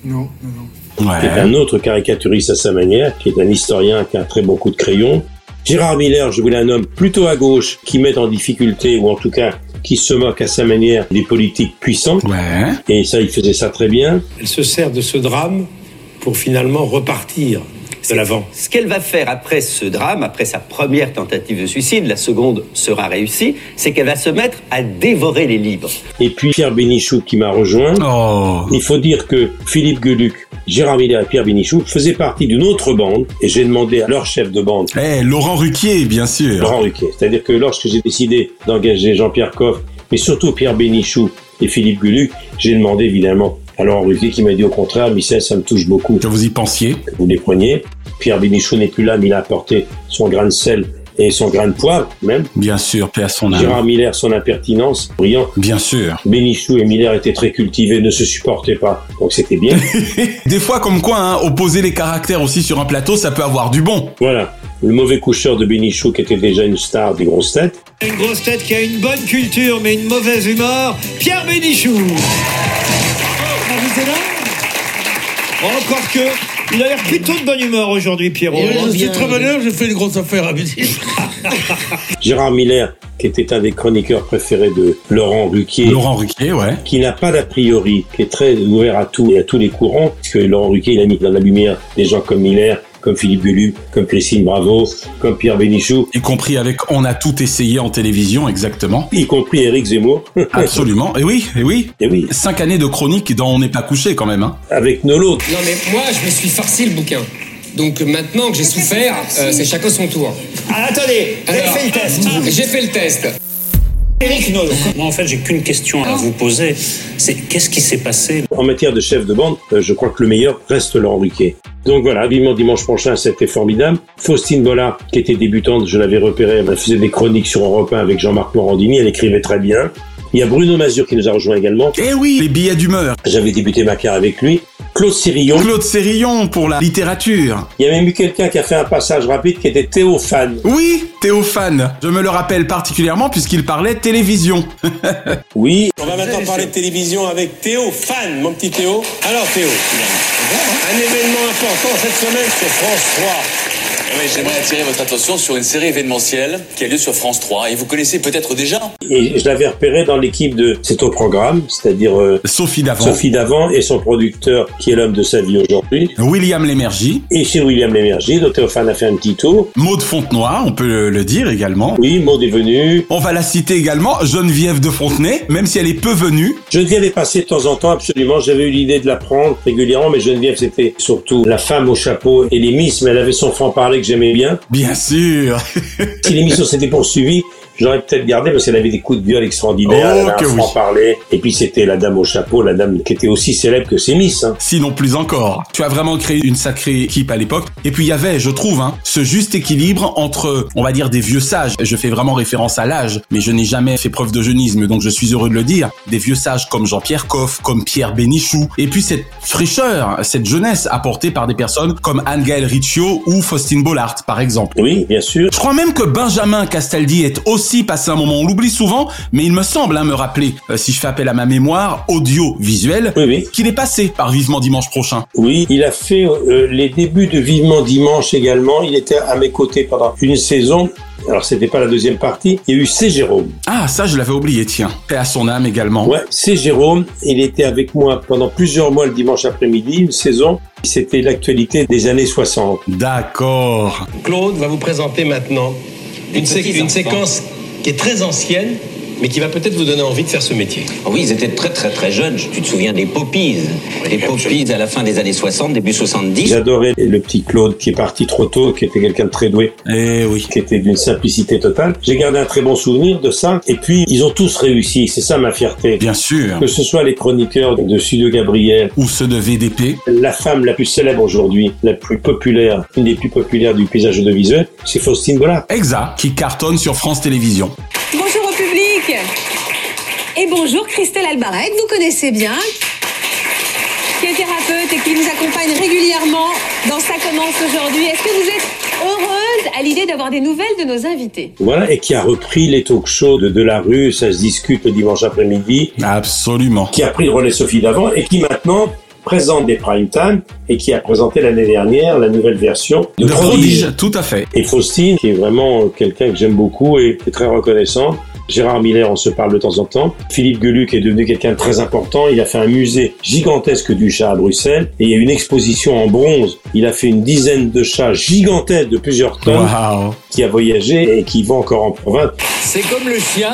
Speaker 5: Non, non, non.
Speaker 1: qui
Speaker 3: Ah.
Speaker 1: est un autre caricaturiste à sa manière, qui est un historien qui a un très bon coup de crayon. Gérard Miller, je voulais un homme plutôt à gauche, qui mette en difficulté, ou en tout cas, qui se moque à sa manière des politiques puissants.
Speaker 3: Ouais.
Speaker 1: Et ça, il faisait ça très bien.
Speaker 19: Elle se sert de ce drame pour finalement repartir de l'avant.
Speaker 20: Ce qu'elle va faire après ce drame, après sa première tentative de suicide, la seconde sera réussie, c'est qu'elle va se mettre à dévorer les livres.
Speaker 1: Et puis Pierre Bénichou qui m'a rejoint.
Speaker 3: Oh.
Speaker 1: Il faut dire que Philippe Gueluc, Gérard Miller et Pierre Bénichou faisaient partie d'une autre bande et j'ai demandé à leur chef de bande.
Speaker 3: Eh, Laurent Ruquier, bien sûr.
Speaker 1: Laurent Ruquier. C'est-à-dire que lorsque j'ai décidé d'engager Jean-Pierre Coff, mais surtout Pierre Bénichou et Philippe Guluc, j'ai demandé évidemment à Laurent Ruquier qui m'a dit au contraire, Michel, ça me touche beaucoup. Que
Speaker 3: vous y pensiez
Speaker 1: Que vous les preniez. Pierre Bénichou n'est plus là, mais il a apporté son grain de sel et son grain de poivre même.
Speaker 3: Bien sûr, paix à son âme.
Speaker 1: Gérard Miller, son impertinence, brillant.
Speaker 3: Bien sûr.
Speaker 1: Bénichou et Miller étaient très cultivés, ne se supportaient pas, donc c'était bien.
Speaker 3: Des fois, comme quoi, hein, opposer les caractères aussi sur un plateau, ça peut avoir du bon.
Speaker 1: voilà, le mauvais coucheur de Bénichou qui était déjà une star des grosses têtes.
Speaker 5: Une grosse tête qui a une bonne culture mais une mauvaise humeur, Pierre Bénichou. Ah, vous êtes là Encore que, il a l'air plutôt de bonne humeur aujourd'hui, Pierrot.
Speaker 21: Eh Je suis travailleur, j'ai fait une grosse affaire à midi.
Speaker 1: Gérard Miller, qui était un des chroniqueurs préférés de Laurent Ruquier.
Speaker 3: Laurent Ruquier, ouais.
Speaker 1: Qui n'a pas d'a priori, qui est très ouvert à tout et à tous les courants, parce que Laurent Ruquier, il a mis dans la lumière des gens comme Miller, comme Philippe Gulu, comme Christine Bravo, comme Pierre Bénichou,
Speaker 3: Y compris avec On a tout essayé en télévision, exactement.
Speaker 1: y compris Éric Zemmour.
Speaker 3: Absolument. Et oui, et oui.
Speaker 1: Et oui.
Speaker 3: Cinq années de chronique dans On n'est pas couché quand même. Hein.
Speaker 1: Avec Nolo.
Speaker 22: Non, mais moi, je me suis farci le bouquin. Donc maintenant que j'ai souffert, euh, c'est chacun son tour.
Speaker 5: Ah, attendez, vous avez
Speaker 22: Alors,
Speaker 5: fait le test.
Speaker 23: Ah,
Speaker 22: J'ai fait le test.
Speaker 5: Eric Nolot.
Speaker 23: Moi, en fait, j'ai qu'une question à
Speaker 5: Ah.
Speaker 23: vous poser. C'est qu'est-ce qui s'est passé
Speaker 1: En matière de chef de bande, euh, je crois que le meilleur reste Laurent Ruquier. Donc voilà, vivement dimanche prochain, c'était formidable. Faustine Bollard, qui était débutante, je l'avais repérée, elle faisait des chroniques sur Europe 1 avec Jean-Marc Morandini, elle écrivait très bien. Il y a Bruno Mazur qui nous a rejoint également.
Speaker 3: Eh oui, les billets d'humeur.
Speaker 1: J'avais débuté ma carrière avec lui. Claude Sérillon.
Speaker 3: Claude Sérillon pour la littérature.
Speaker 1: Il y a même eu quelqu'un qui a fait un passage rapide qui était Théophane.
Speaker 3: Oui, Théophane. Je me le rappelle particulièrement puisqu'il parlait télévision.
Speaker 1: Oui.
Speaker 6: On va maintenant parler de télévision avec Théo, fan, mon petit Théo. Alors Théo, un événement important cette semaine sur France 3.
Speaker 24: Oui, j'aimerais attirer votre attention sur une série événementielle qui a lieu sur France 3 et vous connaissez peut-être déjà.
Speaker 1: Et je l'avais repéré dans l'équipe de C'est au programme, c'est-à-dire euh,
Speaker 3: Sophie Davant.
Speaker 1: Sophie Davant et son producteur qui est l'homme de sa vie aujourd'hui.
Speaker 3: William Lémergie.
Speaker 1: Et chez William Lémergie, donc Théophane a fait un petit tour.
Speaker 3: Maud Fontenoy, on peut le dire également.
Speaker 1: Oui, Maud est venue.
Speaker 3: On va la citer également, Geneviève de Fontenay, même si elle est peu venue.
Speaker 1: Geneviève est passée de temps en temps, absolument. J'avais eu l'idée de la prendre régulièrement, mais Geneviève, c'était surtout la femme au chapeau et les miss, mais elle avait son franc-parler que j'aimais bien.
Speaker 3: Bien sûr.
Speaker 1: Si l'émission s'était poursuivie, j'aurais peut-être gardé parce qu'elle avait des coups de gueule extraordinaires,
Speaker 3: Oh,
Speaker 1: elle avait
Speaker 3: que
Speaker 1: un
Speaker 3: oui.
Speaker 1: franc-parler. Et puis c'était la dame au chapeau, la dame qui était aussi célèbre que ses miss. hein.
Speaker 3: Sinon plus encore. Tu as vraiment créé une sacrée équipe à l'époque. Et puis il y avait, je trouve, hein, ce juste équilibre entre, on va dire, des vieux sages. Je fais vraiment référence à l'âge, mais je n'ai jamais fait preuve de jeunisme, donc je suis heureux de le dire. Des vieux sages comme Jean-Pierre Coff, comme Pierre Bénichou. Et puis cette fraîcheur, cette jeunesse apportée par des personnes comme Anne-Gaëlle Riccio ou Faustine Bollard, par exemple.
Speaker 1: Oui, bien sûr.
Speaker 3: Je crois même que Benjamin Castaldi est aussi passé un moment, on l'oublie souvent, mais il me semble hein, me rappeler, euh, si je fais appel à ma mémoire audio-visuelle,
Speaker 1: Oui, oui.
Speaker 3: qu'il est passé par Vivement Dimanche prochain.
Speaker 1: Oui, il a fait euh, les débuts de Vivement Dimanche également. Il était à mes côtés pendant une saison. Alors, c'était pas la deuxième partie. Il y a eu C. Jérôme.
Speaker 3: Ah, ça, je l'avais oublié, tiens. Paix à son âme également.
Speaker 1: Ouais, C. Jérôme. Il était avec moi pendant plusieurs mois le dimanche après-midi, une saison. C'était l'actualité des années 60.
Speaker 3: D'accord.
Speaker 21: Claude va vous présenter maintenant une, sé- une séquence qui est très ancienne, mais qui va peut-être vous donner envie de faire ce métier.
Speaker 25: Ah Oui, ils étaient très très très jeunes. Tu te souviens des Poppies Les Poppies à la fin des années 60, début 70.
Speaker 1: J'adorais le petit Claude qui est parti trop tôt, qui était quelqu'un de très doué,
Speaker 3: Eh oui.
Speaker 1: qui était d'une simplicité totale. J'ai gardé un très bon souvenir de ça. Et puis, ils ont tous réussi. C'est ça ma fierté.
Speaker 3: Bien sûr.
Speaker 1: Que ce soit les chroniqueurs de Studio Gabriel,
Speaker 3: Ou ceux de VDP.
Speaker 1: La femme la plus célèbre aujourd'hui, la plus populaire, une des plus populaires du paysage audiovisuel, c'est Faustine Bollard.
Speaker 3: Exact. Qui cartonne sur France Télévisions.
Speaker 7: Bonjour au public et bonjour Christelle Albarek, vous connaissez bien, qui est thérapeute et qui nous accompagne régulièrement dans Ça commence aujourd'hui. Est-ce que vous êtes heureuse à l'idée d'avoir des nouvelles de nos invités
Speaker 1: Voilà, et qui a repris les talk shows de, de la rue, ça se discute le dimanche après-midi,
Speaker 3: Absolument.
Speaker 1: qui a pris le relais Sophie d'avant et qui maintenant présente des prime time et qui a présenté l'année dernière la nouvelle version de,
Speaker 3: De
Speaker 1: Prodige.
Speaker 3: prodige, tout à fait.
Speaker 1: Et Faustine, qui est vraiment euh, quelqu'un que j'aime beaucoup et qui est très reconnaissant. Gérard Miller, on se parle de temps en temps. Philippe Gueluc est devenu quelqu'un de très important. Il a fait un musée gigantesque du chat à Bruxelles. Et il y a une exposition en bronze. Il a fait une dizaine de chats gigantesques de plusieurs tonnes
Speaker 3: Waouh.
Speaker 1: qui a voyagé et qui va encore en province.
Speaker 24: C'est comme le chien,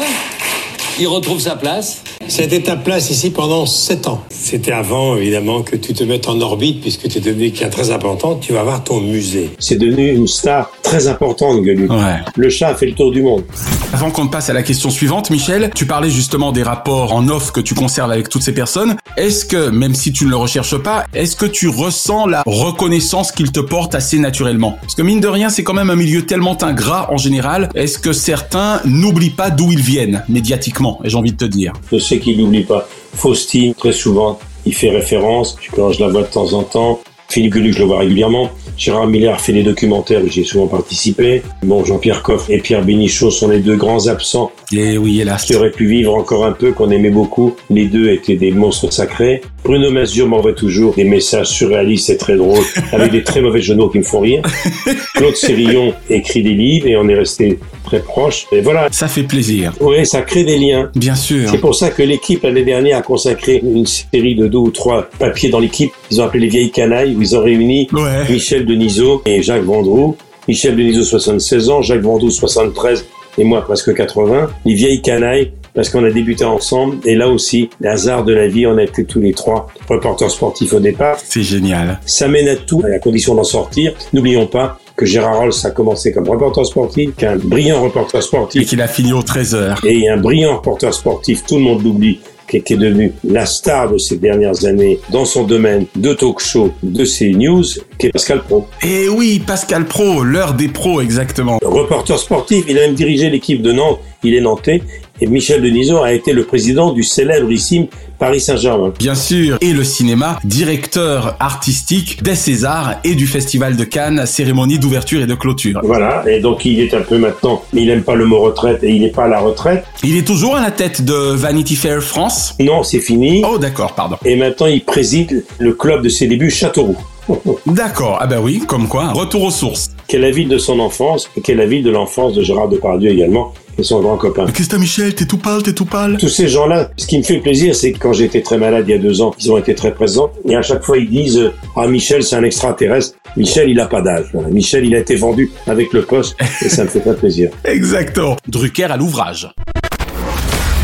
Speaker 24: il retrouve sa place.
Speaker 6: C'était ta place ici pendant 7 ans. C'était avant, évidemment, que tu te mettes en orbite, puisque tu es devenu quelqu'un de très important. Tu vas avoir ton musée.
Speaker 1: C'est devenu une star très importante, Gueuluc. Le chat a fait le tour du monde.
Speaker 3: Avant qu'on passe à la question suivante, Michel, tu parlais justement des rapports en off que tu conserves avec toutes ces personnes. Est-ce que, même si tu ne le recherches pas, est-ce que tu ressens la reconnaissance qu'ils te portent assez naturellement Parce que mine de rien, c'est quand même un milieu tellement ingrat en général. Est-ce que certains n'oublient pas d'où ils viennent médiatiquement J'ai envie de te dire.
Speaker 1: Je sais qu'il n'oublie pas. Faustine, très souvent, il fait référence. Quand je la vois de temps en temps. Philippe Gueluc, je le vois régulièrement. Gérard Miller fait des documentaires, où j'y ai souvent participé. Bon, Jean-Pierre Coff et Pierre Bénichot sont les deux grands absents.
Speaker 3: Et Eh oui, hélas.
Speaker 1: Qui auraient pu vivre encore un peu, qu'on aimait beaucoup. Les deux étaient des monstres sacrés. Bruno Mazur m'envoie toujours des messages surréalistes et très drôles, avec des très mauvais genoux qui me font rire. Claude Sérillon écrit des livres et on est resté très proches. Et voilà.
Speaker 3: Ça fait plaisir.
Speaker 1: Oui, ça crée des liens.
Speaker 3: Bien sûr.
Speaker 1: C'est pour ça que l'équipe l'année dernière a consacré une série de deux ou trois papiers dans l'équipe. Ils ont appelé les vieilles canailles où ils ont réuni
Speaker 3: Ouais.
Speaker 1: Michel Denisot et Jacques Vendroux. Michel Denisot 76 ans, Jacques Vendroux 73 et moi presque 80. Les vieilles canailles parce qu'on a débuté ensemble et là aussi, hasard de la vie, on a été tous les trois reporters sportifs au départ.
Speaker 3: C'est génial.
Speaker 1: Ça mène à tout, à la condition d'en sortir. N'oublions pas que Gérard Rolls a commencé comme reporter sportif, qu'un brillant reporter sportif
Speaker 3: Et qu'il a fini au 13h.
Speaker 1: et un brillant reporter sportif, tout le monde l'oublie, qui qui est devenu la star de ces dernières années dans son domaine de talk show, de ses news, qui est Pascal Pro.
Speaker 3: Et Eh oui, Pascal Pro, l'heure des pros exactement.
Speaker 1: Reporter sportif, il a même dirigé l'équipe de Nantes, il est nantais, et Michel Denisot a été le président du célèbrissime Paris Saint-Germain.
Speaker 3: Bien sûr, et le cinéma, directeur artistique des Césars et du Festival de Cannes, cérémonie d'ouverture et de clôture.
Speaker 1: Voilà, et donc il est un peu maintenant, il aime pas le mot retraite et il n'est pas à la retraite.
Speaker 3: Il est toujours à la tête de Vanity Fair France
Speaker 1: Non, c'est fini.
Speaker 3: Oh d'accord, pardon.
Speaker 1: Et maintenant, il préside le club de ses débuts, Châteauroux.
Speaker 3: D'accord, ah ben oui, comme quoi, retour aux sources.
Speaker 1: qui est la ville de son enfance et qui est la ville de l'enfance de Gérard Depardieu également, qui est son grand copain.
Speaker 3: Qu'est-ce que t'as Michel, t'es tout pâle, t'es tout pâle
Speaker 1: Tous ces gens-là, ce qui me fait plaisir, c'est que quand j'étais très malade il y a deux ans, ils ont été très présents. Et à chaque fois, ils disent euh, Ah, Michel, c'est un extraterrestre. Michel, il a pas d'âge. Voilà. Michel, il a été vendu avec le poste. Et ça me fait très plaisir.
Speaker 3: Exactement. Drucker à l'ouvrage.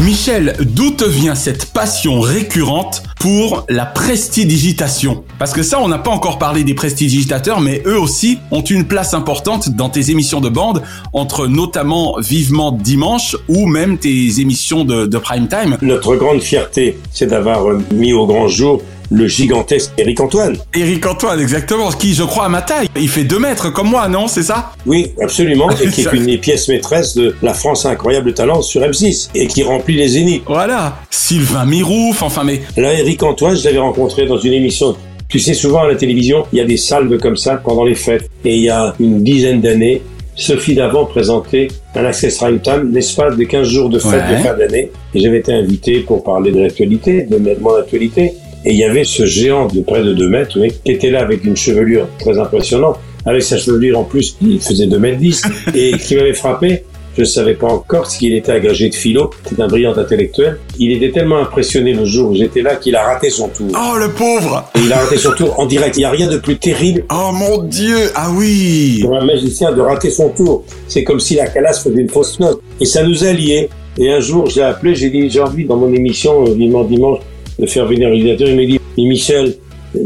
Speaker 3: Michel, d'où te vient cette passion récurrente pour la prestidigitation Parce que ça, on n'a pas encore parlé des prestidigitateurs, mais eux aussi ont une place importante dans tes émissions de bande, entre notamment Vivement Dimanche ou même tes émissions de, de prime time.
Speaker 1: Notre grande fierté, c'est d'avoir euh, mis au grand jour le gigantesque Éric Antoine.
Speaker 3: Eric Antoine, exactement, qui je crois à ma taille, il fait 2 mètres comme moi, non C'est ça
Speaker 1: Oui, absolument, et qui est
Speaker 3: Ça-
Speaker 1: une des pièces maîtresses de La France a incroyable talent sur M6, et qui remplit les zéniths.
Speaker 3: Voilà. Sylvain Mirouf, enfin mais...
Speaker 1: Là, Eric Antoine, je l'avais rencontré dans une émission. Tu sais, souvent à la télévision, il y a des salves comme ça pendant les fêtes. Et il y a une dizaine d'années, Sophie Davant présentait un Access Prime Time, l'espace des 15 jours de fête
Speaker 3: Ouais.
Speaker 1: de fin d'année. Et j'avais été invité pour parler de l'actualité, de mon actualité. Et il y avait ce géant de près de 2 mètres, oui, qui était là avec une chevelure très impressionnante. Avec sa chevelure en plus, il faisait 2 mètres 10. Et qui m'avait frappé, je ne savais pas encore ce qu'il était agrégé de philo, c'est un brillant intellectuel. Il était tellement impressionné le jour où j'étais là qu'il a raté son tour.
Speaker 3: Oh le pauvre
Speaker 1: Et il a raté son tour en direct. Il n'y a rien de plus terrible
Speaker 3: Oh mon dieu Ah oui
Speaker 1: pour un magicien de rater son tour. C'est comme si la calasse faisait une fausse note. Et ça nous a liés. Et un jour, j'ai appelé, j'ai dit, j'ai envie dans mon émission, euh, dimanche, dimanche, de faire venir un réalisateur. Il m'a dit, mais Michel,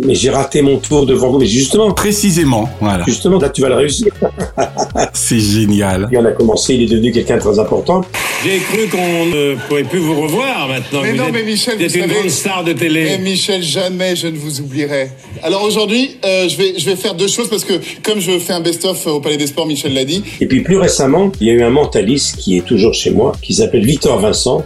Speaker 1: mais j'ai raté mon tour devant vous. Mais justement,
Speaker 3: Précisément, voilà.
Speaker 1: justement, là, tu vas le réussir.
Speaker 3: C'est génial.
Speaker 1: Et on a commencé, il est devenu quelqu'un de très important.
Speaker 6: J'ai cru qu'on ne pourrait plus vous revoir maintenant.
Speaker 26: Mais
Speaker 6: Vous
Speaker 26: non,
Speaker 6: êtes-
Speaker 26: mais Michel,
Speaker 6: vous êtes
Speaker 26: vous
Speaker 6: une
Speaker 26: savez-
Speaker 6: grande star de
Speaker 26: Mais
Speaker 6: télé.
Speaker 26: Michel, jamais je ne vous oublierai. Alors aujourd'hui, euh, je, vais, je vais faire deux choses parce que comme je fais un best-of euh, au Palais des Sports, Michel l'a dit,
Speaker 1: Et puis plus récemment, il y a eu un mentaliste qui est toujours chez moi, qui s'appelle Victor Vincent,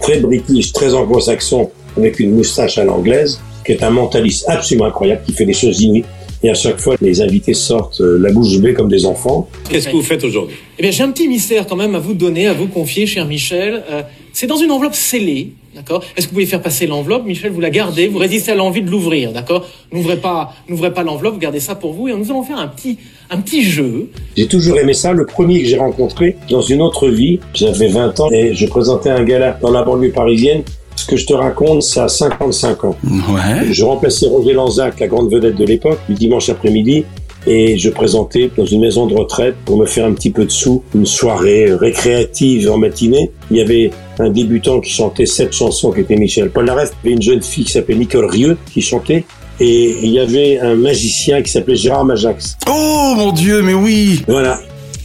Speaker 1: très british, très anglo-saxon, avec une moustache à l'anglaise, qui est un mentaliste absolument incroyable, qui fait des choses inouïes. Et à chaque fois, les invités sortent euh, la bouche bée comme des enfants.
Speaker 6: Qu'est-ce que vous faites aujourd'hui
Speaker 27: Eh bien, j'ai un petit mystère quand même à vous donner, à vous confier, cher Michel. Euh, c'est dans une enveloppe scellée, d'accord Est-ce que vous pouvez faire passer l'enveloppe Michel, vous la gardez, vous résistez à l'envie de l'ouvrir, d'accord N'ouvrez pas, n'ouvrez pas l'enveloppe, gardez ça pour vous et nous allons faire un petit, un petit jeu.
Speaker 1: J'ai toujours aimé ça. Le premier que j'ai rencontré dans une autre vie, j'avais 20 ans et je présentais un gala dans la banlieue parisienne. Ce que je te raconte, ça a 55 ans.
Speaker 3: Ouais.
Speaker 1: Je remplaçais Roger Lanzac, la grande vedette de l'époque, le dimanche après-midi. et je présentais dans une maison de retraite pour me faire un petit peu de sous une soirée récréative en matinée. Il y avait un débutant qui chantait cette chanson qui était Michel Polnareff, et une jeune fille qui s'appelait Nicole Rieu qui chantait et il y avait un magicien qui s'appelait Gérard Majax.
Speaker 3: Oh mon Dieu, mais oui
Speaker 1: Voilà.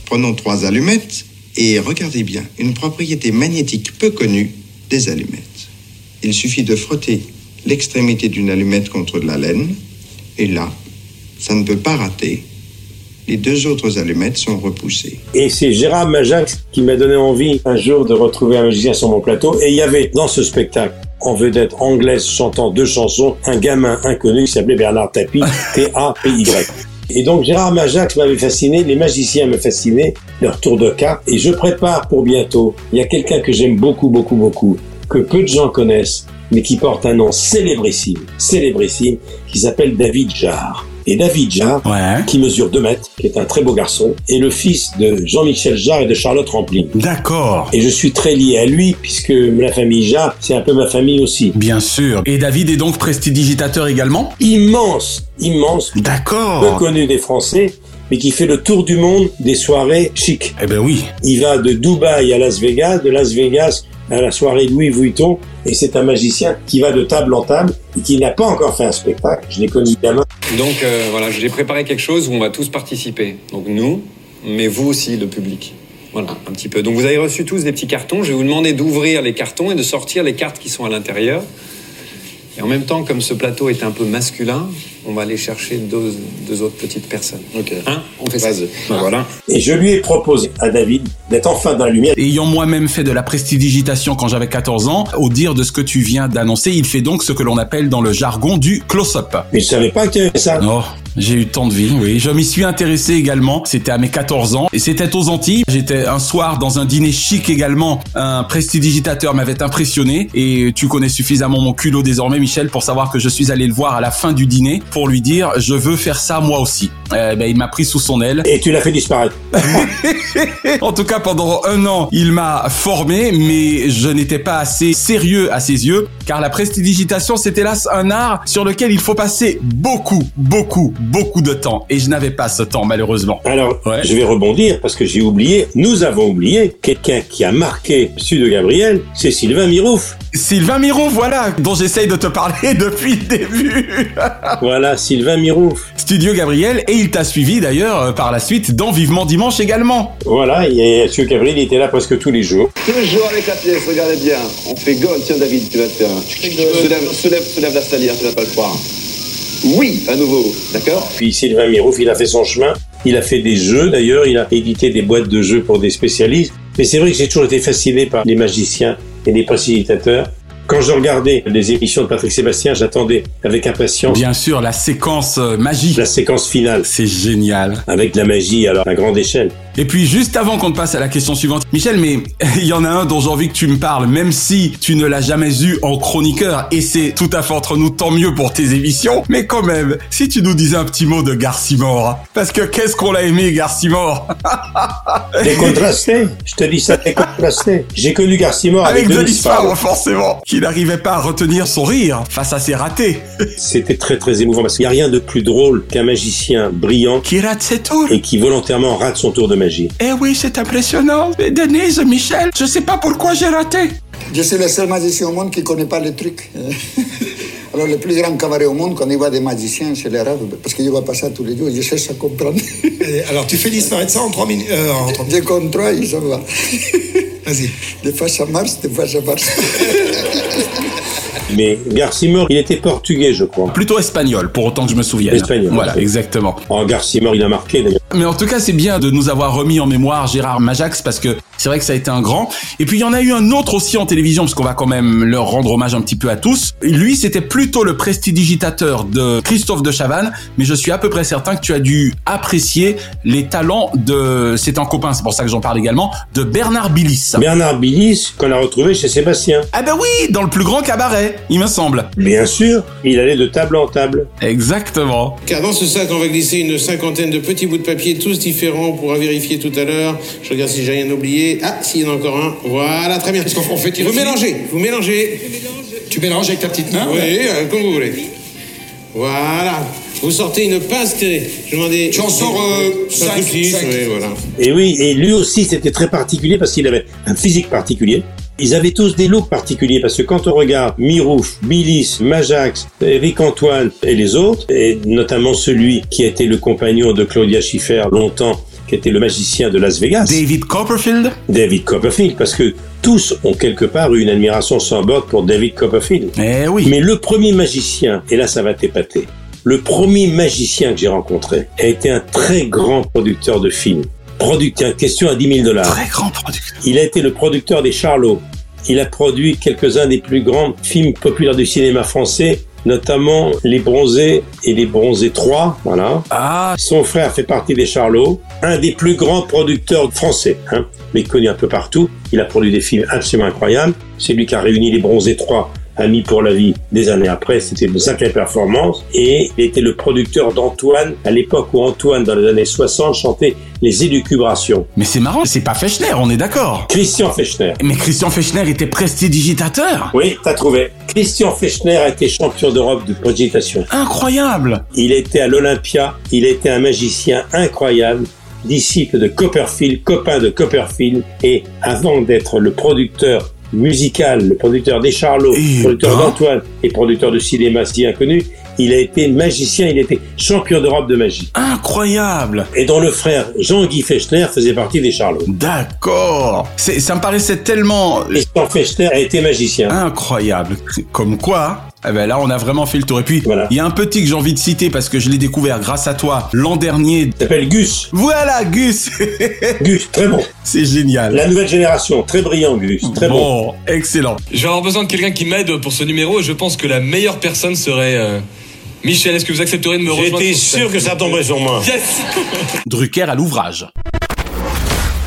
Speaker 28: Prenons trois allumettes et regardez bien une propriété magnétique peu connue des allumettes. Il suffit de frotter l'extrémité d'une allumette contre de la laine et là, ça ne peut pas rater. Les deux autres allumettes sont repoussées.
Speaker 1: Et c'est Gérard Majax qui m'a donné envie un jour de retrouver un magicien sur mon plateau. Et il y avait dans ce spectacle, en vedette anglaise chantant deux chansons, un gamin inconnu qui s'appelait Bernard Tapie, T-A-P-Y. Et donc Gérard Majax m'avait fasciné, les magiciens me fascinaient, leur tour de cartes. Et je prépare pour bientôt, il y a quelqu'un que j'aime beaucoup, beaucoup, beaucoup, que peu de gens connaissent, mais qui porte un nom célébrissime, célébrissime, qui s'appelle David Jarre. Et David Jarre, qui mesure 2 mètres, qui est un très beau garçon, est le fils de Jean-Michel Jarre et de Charlotte Rampling.
Speaker 3: D'accord.
Speaker 1: Et je suis très lié à lui, puisque la famille Jarre, c'est un peu ma famille aussi.
Speaker 3: Bien sûr. Et David est donc prestidigitateur également
Speaker 1: Immense, immense.
Speaker 3: D'accord.
Speaker 1: Peu connu des Français, mais qui fait le tour du monde des soirées chic.
Speaker 3: Eh ben oui.
Speaker 1: Il va de Dubaï à Las Vegas, de Las Vegas à la soirée Louis Vuitton, et c'est un magicien qui va de table en table et qui n'a pas encore fait un spectacle. Je l'ai connu gamin.
Speaker 22: Donc euh, voilà, j'ai préparé quelque chose où on va tous participer. Donc nous, mais vous aussi, le public. Voilà, un petit peu. Donc vous avez reçu tous des petits cartons. Je vais vous demander d'ouvrir les cartons et de sortir les cartes qui sont à l'intérieur. Et en même temps, comme ce plateau est un peu masculin, on va aller chercher deux, deux autres petites personnes. Ok. Hein On fait ça. Ben voilà.
Speaker 1: Et je lui ai proposé à David d'être enfin dans la lumière.
Speaker 3: Ayant moi-même fait de la prestidigitation quand j'avais 14 ans, au dire de ce que tu viens d'annoncer, il fait donc ce que l'on appelle dans le jargon du close-up.
Speaker 1: Mais je savais pas qu'il y avait ça.
Speaker 3: Oh, j'ai eu tant de vie, oui. Je m'y suis intéressé également. C'était à mes 14 ans et c'était aux Antilles. J'étais un soir dans un dîner chic également. Un prestidigitateur m'avait impressionné et tu connais suffisamment mon culot désormais, Michel, pour savoir que je suis allé le voir à la fin du dîner pour lui dire je veux faire ça moi aussi. Euh, ben, il m'a pris sous son aile.
Speaker 1: Et tu l'as fait disparaître.
Speaker 3: en tout cas, pendant un an, il m'a formé, mais je n'étais pas assez sérieux à ses yeux, car la prestidigitation, c'est hélas un art sur lequel il faut passer beaucoup, beaucoup, beaucoup de temps. Et je n'avais pas ce temps, malheureusement.
Speaker 1: Alors, je vais rebondir parce que j'ai oublié, nous avons oublié quelqu'un qui a marqué Sud de Gabriel, c'est Sylvain Mirouf.
Speaker 3: Sylvain Miron, voilà, dont j'essaye de te parler depuis le début.
Speaker 1: voilà, Sylvain Mirouf.
Speaker 3: Studio Gabriel, et il t'a suivi d'ailleurs euh, par la suite dans Vivement Dimanche également.
Speaker 1: Voilà, et Sud Gabriel il était là presque tous les jours.
Speaker 10: Toujours avec la pièce, regardez bien. On fait gold. Tiens, David, tu vas le faire. Soulève, soulève, soulève la salière, tu vas pas le croire. Oui, à nouveau, d'accord
Speaker 1: Puis Sylvain Mirouf, il a fait son chemin. Il a fait des jeux d'ailleurs, il a édité des boîtes de jeux pour des spécialistes. Mais c'est vrai que j'ai toujours été fasciné par les magiciens et les facilitateurs. Quand je regardais les émissions de Patrick Sébastien, j'attendais avec impatience
Speaker 3: Bien sûr, la séquence euh, magie.
Speaker 1: Oh. la séquence finale
Speaker 3: C'est génial.
Speaker 1: avec de la magie alors à grande échelle.
Speaker 3: Et puis juste avant qu'on ne passe à la question suivante, Michel, mais il y en a un dont j'ai envie que tu me parles, même si tu ne l'as jamais eu en chroniqueur, et c'est tout à fait entre nous, tant mieux pour tes émissions, mais quand même, si tu nous disais un petit mot de Garcimore, hein, parce que qu'est-ce qu'on l'a aimé, Garcimore
Speaker 1: Décontrasté, je te dis ça, décontrasté. J'ai connu Garcimore avec,
Speaker 3: Avec Denis
Speaker 1: Denis Farr.
Speaker 3: Farr, forcément, qui n'arrivait pas à retenir son rire face à ses ratés.
Speaker 1: C'était très très émouvant parce qu'il n'y a rien de plus drôle qu'un magicien brillant
Speaker 3: qui rate ses tours
Speaker 1: et qui volontairement rate son tour de magie.
Speaker 3: Eh oui, c'est impressionnant. Mais Denise, Michel, je sais pas pourquoi j'ai raté.
Speaker 10: Je suis le seul magicien au monde qui ne connaît pas le truc. Alors, le plus grand cabaret au monde, quand il voit des magiciens chez les rêves, parce qu'il voit pas ça tous les jours, je cherche à comprendre.
Speaker 29: Alors, tu fais disparaître ça en 3 minutes.
Speaker 10: Je contrôle, je vois. Vas-y. Des fois ça marche, des fois ça marche.
Speaker 1: Mais Garcimore, il était portugais je crois.
Speaker 3: Plutôt espagnol, pour autant que je me souvienne.
Speaker 1: Espagnol.
Speaker 3: Voilà, exactement.
Speaker 1: En Garcimore, Oh, il a marqué d'ailleurs.
Speaker 3: Mais en tout cas, c'est bien de nous avoir remis en mémoire Gérard Majax parce que c'est vrai que ça a été un grand. Et puis il y en a eu un autre aussi en télévision parce qu'on va quand même leur rendre hommage un petit peu à tous. Lui, c'était plutôt le prestidigitateur de Christophe de Chavannes, mais je suis à peu près certain que tu as dû apprécier les talents de c'est un copain, c'est pour ça que j'en parle également, de Bernard Billis.
Speaker 1: Bernard Billis, qu'on a retrouvé chez Sébastien.
Speaker 3: Ah ben oui, dans le plus grand cabaret, il me semble.
Speaker 1: Bien sûr, il allait de table en table.
Speaker 3: Exactement.
Speaker 29: Car dans ce sac, on va glisser une cinquantaine de petits bouts de papier, tous différents. On pourra vérifier tout à l'heure. Je regarde si j'ai rien oublié. Ah, s'il y en a encore un. Voilà, très bien.
Speaker 6: Qu'est-ce qu'on fait On fait tirer
Speaker 29: Vous
Speaker 6: le fil
Speaker 29: mélangez, vous mélangez. hein,
Speaker 6: Tu mélanges avec ta petite main
Speaker 29: Oui, euh, comme vous voulez. Voilà. Vous sortez une pince que je demandais. J'en sors
Speaker 22: euh,
Speaker 1: cinq, cinq.
Speaker 29: voilà.
Speaker 1: Et oui, et lui aussi, c'était très particulier parce qu'il avait un physique particulier. Ils avaient tous des looks particuliers parce que quand on regarde Mirouf, Bilis, Majax, Eric Antoine et les autres, et notamment celui qui a été le compagnon de Claudia Schiffer longtemps, qui était le magicien de Las Vegas.
Speaker 3: David Copperfield
Speaker 1: David Copperfield, parce que tous ont quelque part eu une admiration sans borne pour David Copperfield.
Speaker 3: Eh
Speaker 1: Mais le premier magicien, et là ça va t'épater, le premier magicien que j'ai rencontré a été un très grand producteur de films. Producteur, question à 10 000 dollars. Très
Speaker 3: grand producteur.
Speaker 1: Il a été le producteur des Charlots. Il a produit quelques-uns des plus grands films populaires du cinéma français, notamment Les Bronzés et Les Bronzés 3. Voilà.
Speaker 3: Ah,
Speaker 1: Son frère fait partie des Charlots, un des plus grands producteurs français, hein, mais connu un peu partout. Il a produit des films absolument incroyables. C'est lui qui a réuni Les Bronzés 3 Amis pour la vie des années après, c'était une sacrée performance. Et il était le producteur d'Antoine à l'époque où Antoine, dans les années 60, chantait Les élucubrations.
Speaker 3: Mais c'est marrant, c'est pas Fechner, on est d'accord.
Speaker 1: Christian Fechner.
Speaker 3: Mais Christian Fechner était prestidigitateur.
Speaker 1: Oui, t'as trouvé. Christian Fechner a été champion d'Europe de projection.
Speaker 3: Incroyable.
Speaker 1: Il était à l'Olympia, il était un magicien incroyable, disciple de Copperfield, copain de Copperfield, et avant d'être le producteur musical, le producteur des Charlots, producteur d'Antoine et producteur de cinéma si inconnu, il a été magicien, il était champion d'Europe de magie.
Speaker 3: Incroyable.
Speaker 1: Et dont le frère Jean-Guy Fechner faisait partie des Charlots.
Speaker 3: D'accord. C'est- Ça me paraissait tellement...
Speaker 1: Christian Fechner a été magicien.
Speaker 3: Ah. Incroyable. Comme quoi, eh ben là, on a vraiment fait le tour. Et puis, il y a un petit que j'ai envie de citer parce que je l'ai découvert grâce à toi l'an dernier.
Speaker 1: s'appelle Gus.
Speaker 3: Voilà, Gus.
Speaker 1: Gus, très bon.
Speaker 3: C'est génial. Oh,
Speaker 1: La nouvelle génération, très brillant Gus, très bon.
Speaker 3: excellent.
Speaker 30: Je vais avoir besoin de quelqu'un qui m'aide pour ce numéro et je pense que la meilleure personne serait. euh, Michel, est-ce que vous accepterez de me rejoindre
Speaker 6: J'étais
Speaker 30: sur scène
Speaker 6: sûr que ça tomberait sur moi.
Speaker 30: Yes
Speaker 3: Drucker à l'ouvrage.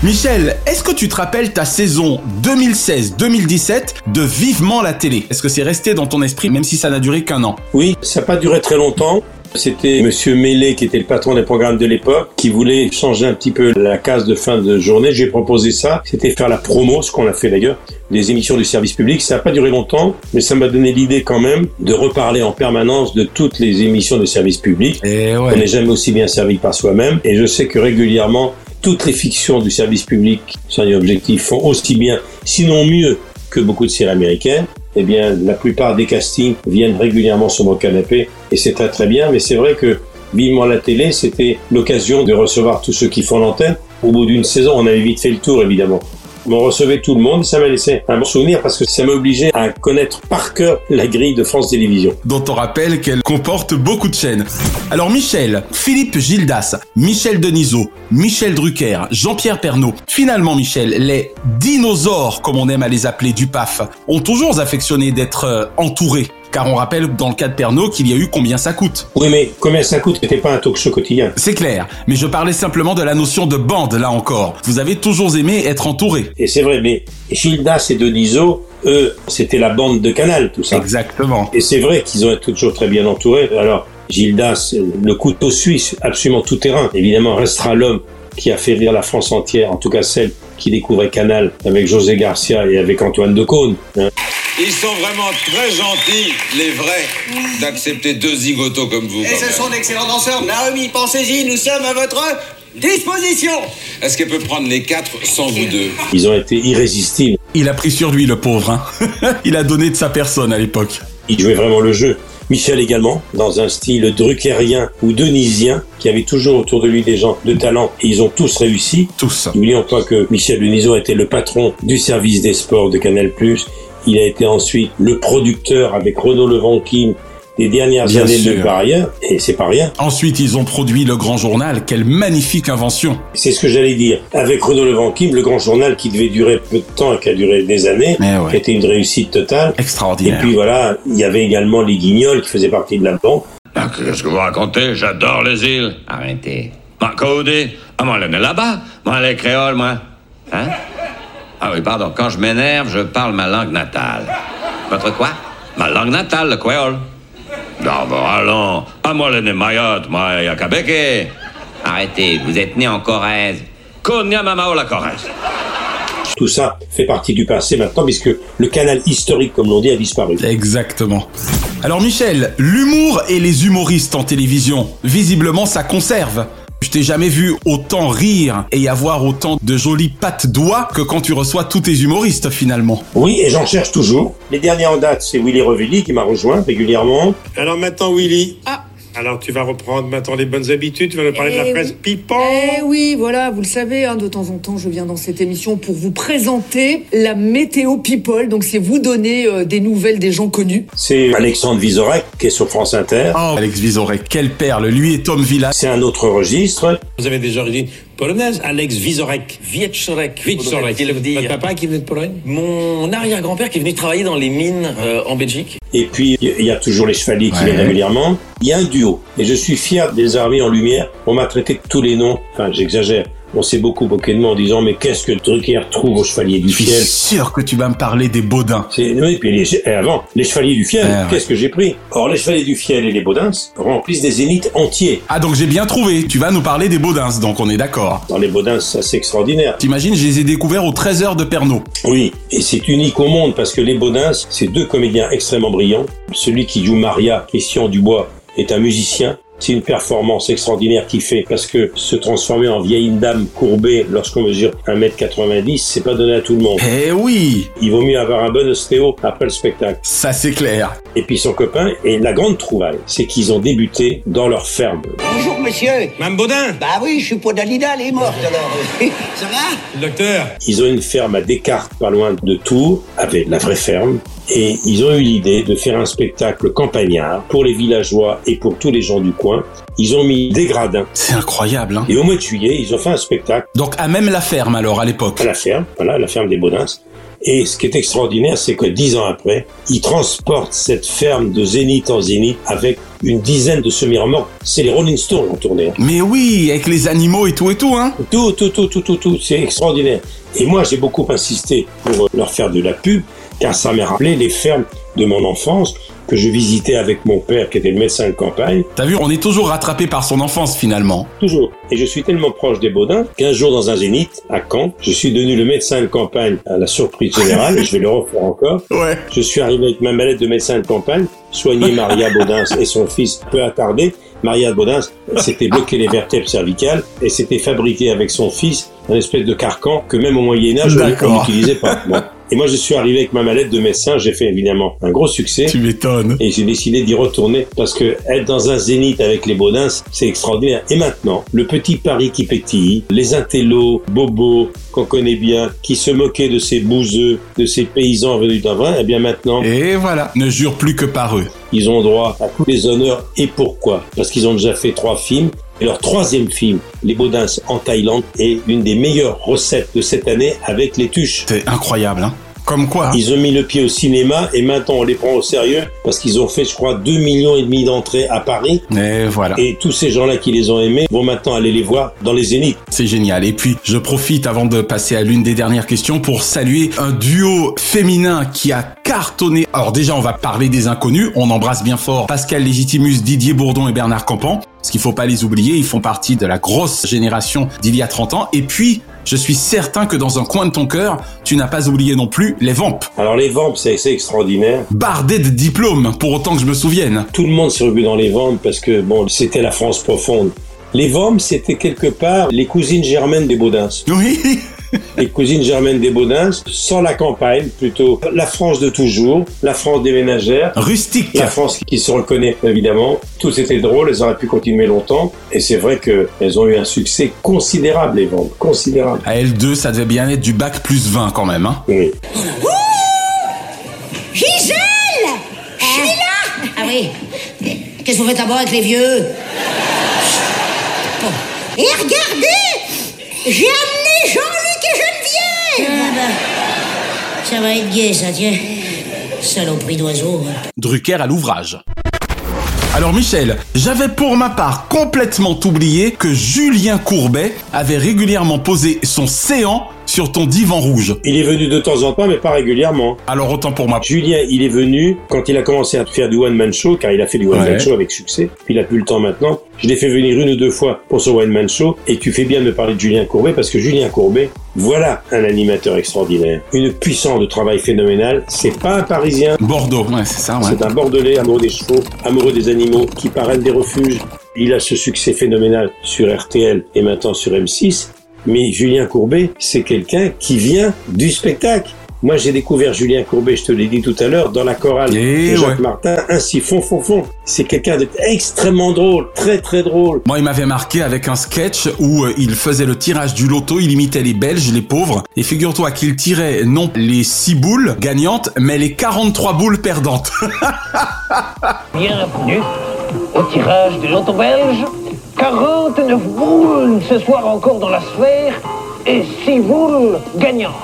Speaker 3: Michel, est-ce que tu te rappelles ta saison 2016-2017 de Vivement la télé Est-ce que c'est resté dans ton esprit même si ça n'a duré qu'un an
Speaker 1: Oui, ça n'a pas duré très longtemps. C'était Monsieur Mellet qui était le patron des programmes de l'époque, qui voulait changer un petit peu la case de fin de journée. J'ai proposé ça. C'était faire la promo, ce qu'on a fait d'ailleurs, des émissions du service public. Ça n'a pas duré longtemps, mais ça m'a donné l'idée quand même de reparler en permanence de toutes les émissions de service public. On n'est jamais aussi bien servi que par soi-même. Et je sais que régulièrement, toutes les fictions du service public, soyons objectifs, font aussi bien, sinon mieux, que beaucoup de séries américaines. Eh bien, la plupart des castings viennent régulièrement sur mon canapé et c'est très très bien. Mais c'est vrai que vivement la télé, c'était l'occasion de recevoir tous ceux qui font l'antenne. Au bout d'une saison, on avait vite fait le tour, évidemment. Mais On recevait tout le monde, ça m'a laissé un bon souvenir parce que ça m'a obligé à connaître par cœur la grille de France Télévisions.
Speaker 3: dont on rappelle qu'elle comporte beaucoup de chaînes. Alors Michel, Philippe Gildas, Michel Denisot, Michel Drucker, Jean-Pierre Pernaud, finalement Michel, les dinosaures, comme on aime à les appeler du PAF, ont toujours affectionné d'être euh, entourés. Car on rappelle dans le cas de Pernaud qu'il y a eu combien ça coûte.
Speaker 1: Oui, mais combien ça coûte n'était pas un talk show quotidien.
Speaker 3: C'est clair, mais je parlais simplement de la notion de bande là encore. Vous avez toujours aimé être entouré.
Speaker 1: Et c'est vrai, mais Gildas et Deniso, eux, c'était la bande de Canal, tout ça.
Speaker 3: Exactement.
Speaker 1: Et c'est vrai qu'ils ont été toujours très bien entourés. Alors, Gildas, le couteau suisse, absolument tout terrain. Évidemment, restera l'homme qui a fait rire la France entière, en tout cas celle qui découvrait Canal avec José Garcia et avec Antoine Decaune. hein.
Speaker 31: Ils sont vraiment très gentils, les vrais, d'accepter deux zigotos comme vous.
Speaker 32: Et
Speaker 31: quand
Speaker 32: ce
Speaker 31: même.
Speaker 32: sont d'excellents danseurs. Naomi, pensez-y, nous sommes à votre disposition.
Speaker 31: Est-ce qu'elle peut prendre les quatre sans vous deux
Speaker 1: Ils ont été irrésistibles.
Speaker 3: Il a pris sur lui le pauvre, hein. Il a donné de sa personne à l'époque.
Speaker 1: Il jouait vraiment le jeu. Michel également, dans un style druckérien ou denisien, qui avait toujours autour de lui des gens de talent, et ils ont tous réussi.
Speaker 3: Tous.
Speaker 1: N'oublions pas que Michel Denisot était le patron du service des sports de Canal+. Il a été ensuite le producteur avec Renaud Levanquin des dernières
Speaker 3: Bien
Speaker 1: années de
Speaker 3: sûr.
Speaker 1: carrière, et c'est pas rien.
Speaker 3: Ensuite, ils ont produit le grand journal. Quelle magnifique invention.
Speaker 1: C'est ce que j'allais dire. Avec Renaud Levanquin, le grand journal qui devait durer peu de temps et qui a duré des années,
Speaker 3: Mais Eh ouais.
Speaker 1: qui était une réussite totale.
Speaker 3: Extraordinaire.
Speaker 1: Et puis voilà, il y avait également les Guignols qui faisaient partie de la banque.
Speaker 33: Qu'est-ce que vous racontez J'adore les îles. Arrêtez. Ma codé. Ah, moi, on est là-bas. Moi, les créoles, moi. Hein Ah oui, pardon. Quand je m'énerve, je parle ma langue natale. Votre quoi Ma langue natale, le créole. Non, bon, allons. Ah, moi, les Mayotte, moi, Yakabeke. Arrêtez, vous êtes né en Corrèze. Konya Mamao, la Corrèze.
Speaker 1: Tout ça fait partie du passé maintenant, puisque le canal historique, comme l'on dit, a disparu.
Speaker 3: Exactement. Alors Michel, l'humour et les humoristes en télévision, visiblement ça conserve. Je t'ai jamais vu autant rire et y avoir autant de jolies pattes d'oie que quand tu reçois tous tes humoristes finalement.
Speaker 1: Oui, et j'en cherche toujours. Les dernières en date, c'est Willy Revelli qui m'a rejoint régulièrement.
Speaker 29: Alors maintenant, Willy. Alors tu vas reprendre maintenant les bonnes habitudes, tu vas nous parler de
Speaker 19: Eh
Speaker 29: la presse
Speaker 19: oui.
Speaker 29: pipan.
Speaker 19: Eh oui, voilà, vous le savez, hein, de temps en temps, je viens dans cette émission pour vous présenter la météo people. Donc, c'est vous donner euh, des nouvelles des gens connus.
Speaker 1: C'est Alexandre Vizorek qui est sur France Inter.
Speaker 3: Alex Vizorek, quelle perle, lui et Tom Villa.
Speaker 1: C'est un autre registre.
Speaker 21: Vous avez des origines polonaises, Alex Vizorek.
Speaker 4: Wieczorek,
Speaker 21: Wieczorek,
Speaker 4: faudrait-il le dire.
Speaker 21: Votre papa qui venait de Pologne
Speaker 4: Mon arrière-grand-père qui est venu travailler dans les mines euh, en Belgique.
Speaker 1: Et puis, il y a toujours les chevaliers qui
Speaker 4: Ouais.
Speaker 1: viennent régulièrement. Il y a un duo. Et je suis fier des armées en lumière. On m'a traité de tous les noms. Enfin, j'exagère. On s'est beaucoup moqué de moi en disant, mais qu'est-ce que Drucker trouve aux chevaliers du
Speaker 3: Je suis
Speaker 1: fiel
Speaker 3: sûr que tu vas me parler des Baudins.
Speaker 1: C'est- oui, puis les- eh, avant, les chevaliers du fiel,
Speaker 3: Ah, ouais.
Speaker 1: qu'est-ce que j'ai pris Or, les chevaliers du fiel et les Baudins remplissent des zéniths entiers.
Speaker 3: Ah donc j'ai bien trouvé, tu vas nous parler des Baudins, donc on est d'accord.
Speaker 1: Dans les Baudins, ça c'est extraordinaire.
Speaker 3: T'imagines, je les ai découverts aux 13 heures de Pernod.
Speaker 1: Oui, et c'est unique au monde parce que les Baudins, c'est deux comédiens extrêmement brillants. Celui qui joue Maria, Christian Dubois, est un musicien. C'est une performance extraordinaire qu'il fait parce que se transformer en vieille dame courbée lorsqu'on mesure 1m90, c'est pas donné à tout le monde.
Speaker 3: Eh oui
Speaker 1: Il vaut mieux avoir un bon ostéo après le spectacle.
Speaker 3: Ça c'est clair.
Speaker 1: Et puis son copain, et la grande trouvaille, c'est qu'ils ont débuté dans leur ferme.
Speaker 32: Bonjour, monsieur. Mme Baudin Bah oui, je suis pour Dalida, elle est morte alors. Ça va
Speaker 1: Le docteur Ils ont une ferme à Descartes, pas loin de Tours, avec la vraie ferme. Et ils ont eu l'idée de faire un spectacle campagnard pour les villageois et pour tous les gens du coin. Ils ont mis des gradins.
Speaker 3: C'est incroyable, hein
Speaker 1: Et au mois de juillet, ils ont fait un spectacle
Speaker 3: Donc à même la ferme alors à l'époque.
Speaker 1: à la ferme, voilà, la ferme des Baudins. Et ce qui est extraordinaire, c'est que dix ans après, ils transportent cette ferme de zénith en zénith avec une dizaine de semi-remorques. C'est les Rolling Stones en tournée. hein.
Speaker 3: Mais oui, avec les animaux et tout et tout, hein
Speaker 1: Tout, tout, tout, tout, tout, tout. C'est extraordinaire. Et moi, j'ai beaucoup insisté pour euh, leur faire de la pub, car ça m'a rappelé les fermes de mon enfance que je visitais avec mon père, qui était le médecin de campagne.
Speaker 3: T'as vu, on est toujours rattrapé par son enfance finalement.
Speaker 1: Toujours. Et je suis tellement proche des Baudins qu'un jour, dans un zénith, à Caen, je suis devenu le médecin de campagne à la surprise générale, et je vais le refaire encore.
Speaker 3: Ouais.
Speaker 1: Je suis arrivé avec ma mallette de médecin de campagne, soigner Maria Baudins et son fils peu attardé. Maria Baudins s'était bloqué les vertèbres cervicales et s'était fabriqué avec son fils un espèce de carcan que même au Moyen-Âge, on
Speaker 3: D'accord.
Speaker 1: n'utilisait pas. Bon. Et moi, je suis arrivé avec ma mallette de médecin, j'ai fait évidemment un gros succès.
Speaker 3: Tu m'étonnes.
Speaker 1: Et j'ai décidé d'y retourner parce que être dans un zénith avec les Baudins, c'est extraordinaire. Et maintenant, le petit Paris qui pétille, les intellos, bobos, qu'on connaît bien, qui se moquaient de ces bouseux, de ces paysans venus d'un vrai, eh bien maintenant,
Speaker 3: Et voilà, ne jure plus que par eux.
Speaker 1: ils ont droit à tous les honneurs. Et pourquoi Parce qu'ils ont déjà fait trois films. Et leur troisième film, Les Baudins en Thaïlande, est l'une des meilleures recettes de cette année avec les tuches.
Speaker 3: C'est incroyable, hein Comme quoi, hein
Speaker 1: Ils ont mis le pied au cinéma et maintenant on les prend au sérieux parce qu'ils ont fait, je crois, 2 millions et demi d'entrées à Paris.
Speaker 3: Et hein. Eh, voilà.
Speaker 1: Et tous ces gens-là qui les ont aimés vont maintenant aller les voir dans les zéniths.
Speaker 3: C'est génial. Et puis, je profite avant de passer à l'une des dernières questions pour saluer un duo féminin qui a cartonné. Alors déjà, on va parler des inconnus. On embrasse bien fort Pascal Légitimus, Didier Bourdon et Bernard Campan. Parce qu'il faut pas les oublier, ils font partie de la grosse génération d'il y a 30 ans. Et puis, je suis certain que dans un coin de ton cœur, tu n'as pas oublié non plus les vampes.
Speaker 1: Alors les Vampes, c'est c'est extraordinaire.
Speaker 3: Bardés de diplômes, pour autant que je me souvienne.
Speaker 1: Tout le monde s'est revu dans les Vampes parce que bon, c'était la France profonde. Les Vampes, c'était quelque part les cousines germaines des Baudins.
Speaker 3: Oui
Speaker 1: les cousines germaines des Baudins, sans la campagne plutôt, la France de toujours, la France des ménagères.
Speaker 3: Rustique.
Speaker 1: La France qui se reconnaît évidemment. Tout était drôle, elles auraient pu continuer longtemps. Et c'est vrai qu'elles ont eu un succès considérable, les ventes, considérable.
Speaker 3: À L2, ça devait bien être du bac plus 20 quand même. Hein.
Speaker 1: Oui.
Speaker 32: Gisèle Je suis là Ah oui Qu'est-ce que vous faites là-bas avec les vieux Et regardez J'ai amené Jean-Luc et Geneviève Ah, bah. Ça va être gai, ça, tiens. Saloperie d'oiseau. hein.
Speaker 3: Drucker à l'ouvrage. Alors Michel, j'avais pour ma part complètement oublié que Julien Courbet avait régulièrement posé son séant sur ton divan rouge
Speaker 1: Il est venu de temps en temps, mais pas régulièrement.
Speaker 3: Alors autant pour moi.
Speaker 1: Julien, il est venu quand il a commencé à faire du One Man Show, car il a fait du One
Speaker 3: Ouais.
Speaker 1: Man Show avec succès. Il a plus le temps maintenant. Je l'ai fait venir une ou deux fois pour son One Man Show, et tu fais bien de parler de Julien Courbet, parce que Julien Courbet, voilà un animateur extraordinaire. Une puissance de travail phénoménale. C'est pas un Parisien.
Speaker 3: Bordeaux, ouais, c'est ça, ouais.
Speaker 1: C'est un Bordelais amoureux des chevaux, amoureux des animaux, qui parraine des refuges. Il a ce succès phénoménal sur RTL et maintenant sur M6. Mais Julien Courbet, c'est quelqu'un qui vient du spectacle. Moi, j'ai découvert Julien Courbet, je te l'ai dit tout à l'heure, dans la chorale
Speaker 3: Eh
Speaker 1: de Jacques
Speaker 3: ouais.
Speaker 1: Martin, ainsi fond, fond, fond. C'est quelqu'un d'extrêmement drôle, très, très drôle.
Speaker 3: Moi, il m'avait marqué avec un sketch où euh, il faisait le tirage du loto, il imitait les Belges, les pauvres, et figure-toi qu'il tirait non les 6 boules gagnantes, mais les 43 boules perdantes.
Speaker 5: Bienvenue au tirage du loto belge. 49 boules ce soir encore dans la sphère et 6 boules gagnantes.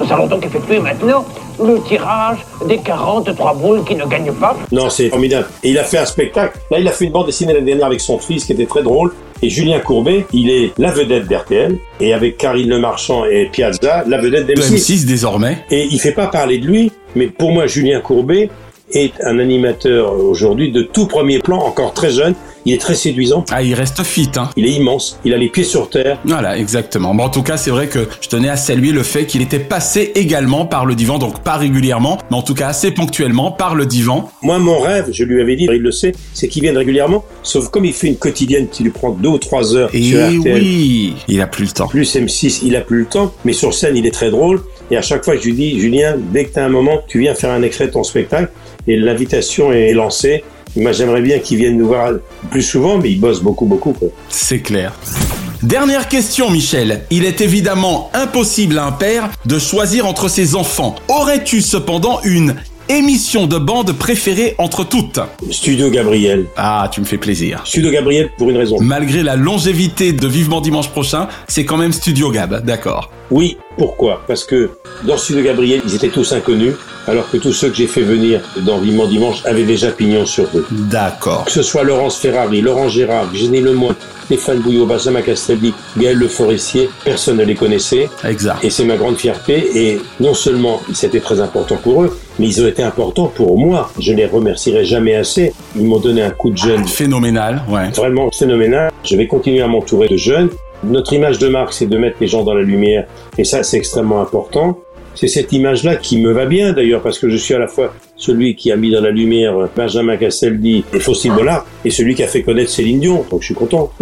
Speaker 5: Nous allons donc effectuer maintenant le tirage des 43 boules qui ne gagnent pas.
Speaker 1: Non, c'est formidable. Et il a fait un spectacle. Là, il a fait une bande dessinée l'année dernière avec son fils qui était très drôle. Et Julien Courbet, il est la vedette d'RTL. Et avec Karine Le Marchand et Piazza, la vedette des
Speaker 3: De M6 désormais.
Speaker 1: Et il fait pas parler de lui, mais pour moi, Julien Courbet est un animateur aujourd'hui de tout premier plan, encore très jeune. Il est très séduisant.
Speaker 3: Ah, il reste fit, hein.
Speaker 1: Il est immense. Il a les pieds sur terre.
Speaker 3: Voilà, exactement. Mais en tout cas, c'est vrai que je tenais à saluer le fait qu'il était passé également par le divan, donc pas régulièrement, mais en tout cas assez ponctuellement par le divan.
Speaker 1: Moi, mon rêve, je lui avais dit, il le sait, c'est qu'il vienne régulièrement. Sauf comme il fait une quotidienne qui lui prend deux ou trois heures
Speaker 3: Et
Speaker 1: sur RTL.
Speaker 3: oui, il a plus le temps.
Speaker 1: Plus M6, il a plus le temps, mais sur scène, il est très drôle. Et à chaque fois, je lui dis, Julien, dès que t'as un moment, tu viens faire un extrait de ton spectacle. Et l'invitation est lancée. Moi, j'aimerais bien qu'il vienne nous voir plus souvent, mais il bosse beaucoup, beaucoup, quoi.
Speaker 3: C'est clair. Dernière question, Michel. Il est évidemment impossible à un père de choisir entre ses enfants. Aurais-tu cependant une émission de bande préférée entre toutes
Speaker 1: Studio Gabriel.
Speaker 3: Ah, tu me fais plaisir.
Speaker 1: Studio Gabriel, pour une raison.
Speaker 3: Malgré la longévité de Vivement Dimanche prochain, c'est quand même Studio Gab, d'accord.
Speaker 1: Oui, pourquoi Parce que dans Studio Gabriel, ils étaient tous inconnus, alors que tous ceux que j'ai fait venir dans Vivement Dimanche avaient déjà pignon sur eux.
Speaker 3: D'accord.
Speaker 1: Que ce soit Laurence Ferrari, Laurent Gérard, Géné Lemoyne, Stéphane Bouillot, Benjamin Castaldi, Gaël Le Forestier, personne ne les connaissait.
Speaker 3: Exact.
Speaker 1: Et c'est ma grande fierté. Et non seulement c'était très important pour eux, mais ils ont été importants pour moi. Je les remercierai jamais assez. Ils m'ont donné un coup de jeune
Speaker 3: Phénoménal, ouais.
Speaker 1: vraiment phénoménal. Je vais continuer à m'entourer de jeunes. Notre image de marque, c'est de mettre les gens dans la lumière. Et ça, c'est extrêmement important. C'est cette image-là qui me va bien, d'ailleurs, parce que je suis à la fois celui qui a mis dans la lumière euh, Benjamin Castaldi et Faustine Bollard, et celui qui a fait connaître Céline Dion. Donc, je suis content.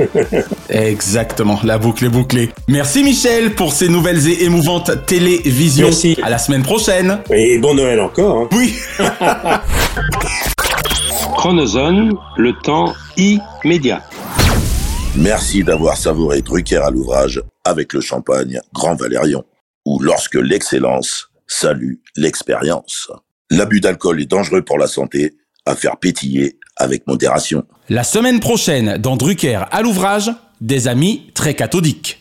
Speaker 3: Exactement, la boucle est bouclée. Merci Michel pour ces nouvelles et émouvantes télévisions.
Speaker 1: Merci.
Speaker 3: À la semaine prochaine.
Speaker 1: Et bon Noël encore. hein.
Speaker 3: Oui.
Speaker 1: Chronozone, le temps immédiat.
Speaker 18: Merci d'avoir savouré Drucker à l'ouvrage avec le champagne Grand Valérion, ou lorsque l'excellence salue l'expérience. L'abus d'alcool est dangereux pour la santé, à faire pétiller avec modération.
Speaker 3: La semaine prochaine, dans Drucker à l'ouvrage, des amis très cathodiques.